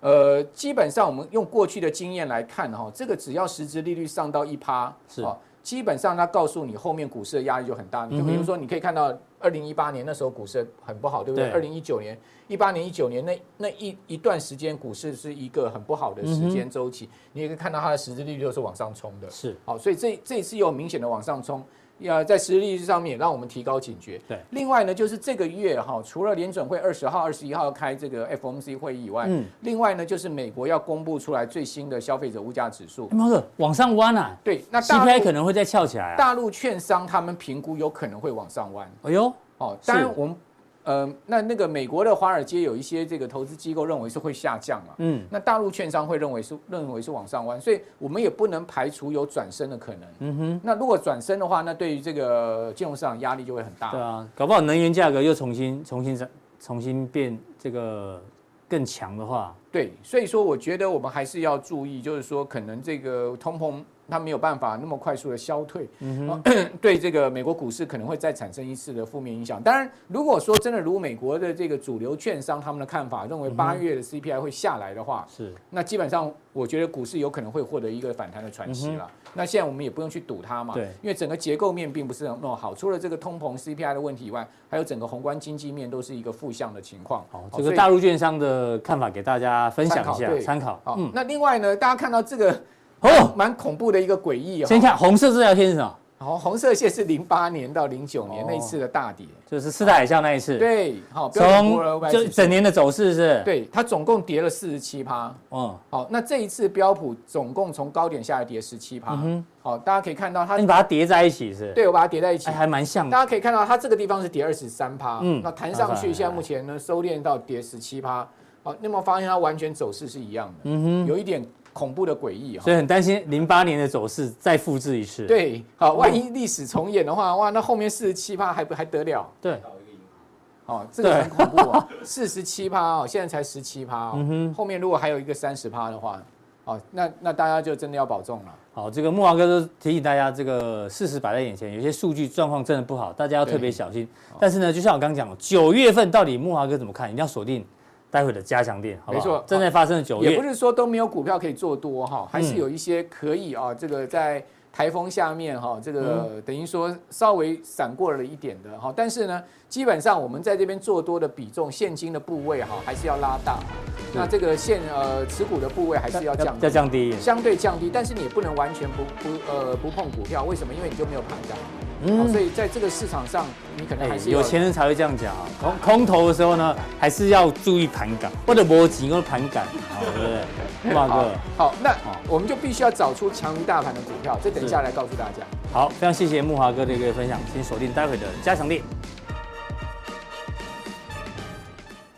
Speaker 5: 呃，基本上我们用过去的经验来看哈、这个只要实质利率上到一趴，
Speaker 1: 是
Speaker 5: 哦基本上它告诉你后面股市的压力就很大。你就比如说，你可以看到二零一八年那时候股市很不好，对不对？二
Speaker 1: 对
Speaker 5: 零一九年、一八年、一九年那那一一段时间，股市是一个很不好的时
Speaker 1: 嗯
Speaker 5: 间周期。你也可以看到它的实质利率都是往上冲的。
Speaker 1: 是
Speaker 5: 好，所以这这一次有明显的往上冲，呃，在实力上面也让我们提高警觉。
Speaker 1: 对
Speaker 5: 另外呢，就是这个月哈、除了联准会二十号、二十一号开这个 FOMC 会议以外，
Speaker 1: 嗯
Speaker 5: 另外呢，就是美国要公布出来最新的消费者物价指数。
Speaker 1: 哎，猫哥往上弯啊
Speaker 5: 对，那大
Speaker 1: ，CPI 可
Speaker 5: 陆
Speaker 1: 能会再翘起来啊。
Speaker 5: 大陆券商他们评估有可能会往上弯。
Speaker 1: 哎呦，
Speaker 5: 哦，
Speaker 1: 是
Speaker 5: 当然我们呃，那那个美国的华尔街有一些这个投资机构认为是会下降嘛，
Speaker 1: 嗯，
Speaker 5: 那大陆券商会认为是认为是往上弯，所以我们也不能排除有转升的可能。嗯哼，那如果转升的话，那对于这个金融市场压力就会很大。
Speaker 1: 对啊，搞不好能源价格又重新、重新、重新变这个更强的话，
Speaker 5: 对，所以说我觉得我们还是要注意，就是说可能这个通膨它没有办法那么快速的消退，哦对这个美国股市可能会再产生一次的负面影响。当然，如果说真的如美国的这个主流券商他们的看法，认为
Speaker 1: 嗯
Speaker 5: 八月的 CPI 会下来的话，
Speaker 1: 是
Speaker 5: 那基本上我觉得股市有可能会获得一个反弹的喘息了。那现在我们也不用去赌它嘛，
Speaker 1: 嗯对
Speaker 5: 因为整个结构面并不是那么好，除了这个通膨 CPI 的问题以外，还有整个宏观经济面都是一个负向的情况。
Speaker 1: 好，
Speaker 5: 好
Speaker 1: 这
Speaker 5: 哦所
Speaker 1: 个
Speaker 5: 以
Speaker 1: 大陆券商的看法给大家分享一
Speaker 5: 参
Speaker 1: 下
Speaker 5: 考对
Speaker 1: 参考。
Speaker 5: 好，
Speaker 1: 嗯，
Speaker 5: 那另外呢，大家看到这个
Speaker 1: 哦，
Speaker 5: 蛮恐怖的一个诡异
Speaker 1: 先
Speaker 5: 哦。
Speaker 1: 看红色这条线是什么？
Speaker 5: 好，红色线是零八年到零九年
Speaker 1: 哦
Speaker 5: 那一次的大跌，
Speaker 1: 就是四大海啸那一次，，
Speaker 5: 对，好，标准普尔
Speaker 1: 从
Speaker 5: 500
Speaker 1: 就
Speaker 5: 指数
Speaker 1: 整年的走势是，，
Speaker 5: 对它总共跌了四十七趴。
Speaker 1: 嗯，
Speaker 5: 好，那这一次标普总共从高点下来跌十七趴
Speaker 1: 嗯哼。
Speaker 5: 好，大家可以看到它
Speaker 1: 那你，把它叠在一起是，，
Speaker 5: 对我把它叠在一起
Speaker 1: 哎，。还蛮像
Speaker 5: 大
Speaker 1: 的，
Speaker 5: 家可以看到它这个地方是跌二十三趴，
Speaker 1: 嗯
Speaker 5: 那弹上去，现在目前呢收敛到跌十七趴。好，那么发现它完全走势是一样的，
Speaker 1: 嗯
Speaker 5: 有一点恐怖的诡异哈
Speaker 1: 哼，所。以很担心零八年的走势再复制一次。
Speaker 5: 对，好，万一历史重演的话，哇，那后面四十七趴还不还得了？
Speaker 1: 对，
Speaker 4: 搞一
Speaker 2: 嗯
Speaker 4: 个银行，
Speaker 5: 哦，这个很恐怖哦，四十七趴哦，现在才十七趴
Speaker 1: 嗯
Speaker 5: 哦
Speaker 1: 哼，
Speaker 5: 后面如果还有一个三十趴的话，哦，那那大家就真的要保重了。
Speaker 1: 好，这个木华哥都提醒大家，这个事实摆在眼前，有些数据状况真的不好，大家要特别小心。但是呢，就像我刚刚讲的，九月份到底木华哥怎么看，一定要锁定待会的加强店，好不好？
Speaker 5: 没错
Speaker 1: 正在发生的九
Speaker 5: 也不
Speaker 1: 月，
Speaker 5: 是说都没有股票可以做多哈，还是
Speaker 1: 嗯
Speaker 5: 有一些可以啊，这个在台风下面哈，
Speaker 1: 嗯
Speaker 5: 这个等于说稍微闪过了一点的哈，但是呢，基本上我们在这边做多的比重，现金的部位哈，还是要拉大，
Speaker 1: 是
Speaker 5: 那这个现呃持股的部位还是要降低
Speaker 1: 要。降低一点。
Speaker 5: 相对降低，但是你也不能完全不不呃不碰股票，为什么？因为你就没有盘涨、好
Speaker 1: 嗯
Speaker 5: 所，以在这个市场上，你可能
Speaker 1: 哎
Speaker 5: 还，是要
Speaker 1: 有钱人才会这样讲啊。空空头的时候呢，还是要注意盘感，或者摸紧，或者盘感，好，对不对？木华
Speaker 5: 好
Speaker 1: 哥，
Speaker 5: 好，那
Speaker 1: 好
Speaker 5: 我们就必须要找出强于大盘的股票，这等一下来告诉大家。
Speaker 1: 好，非常谢谢木华哥的一个分享，请锁定待会的加强店。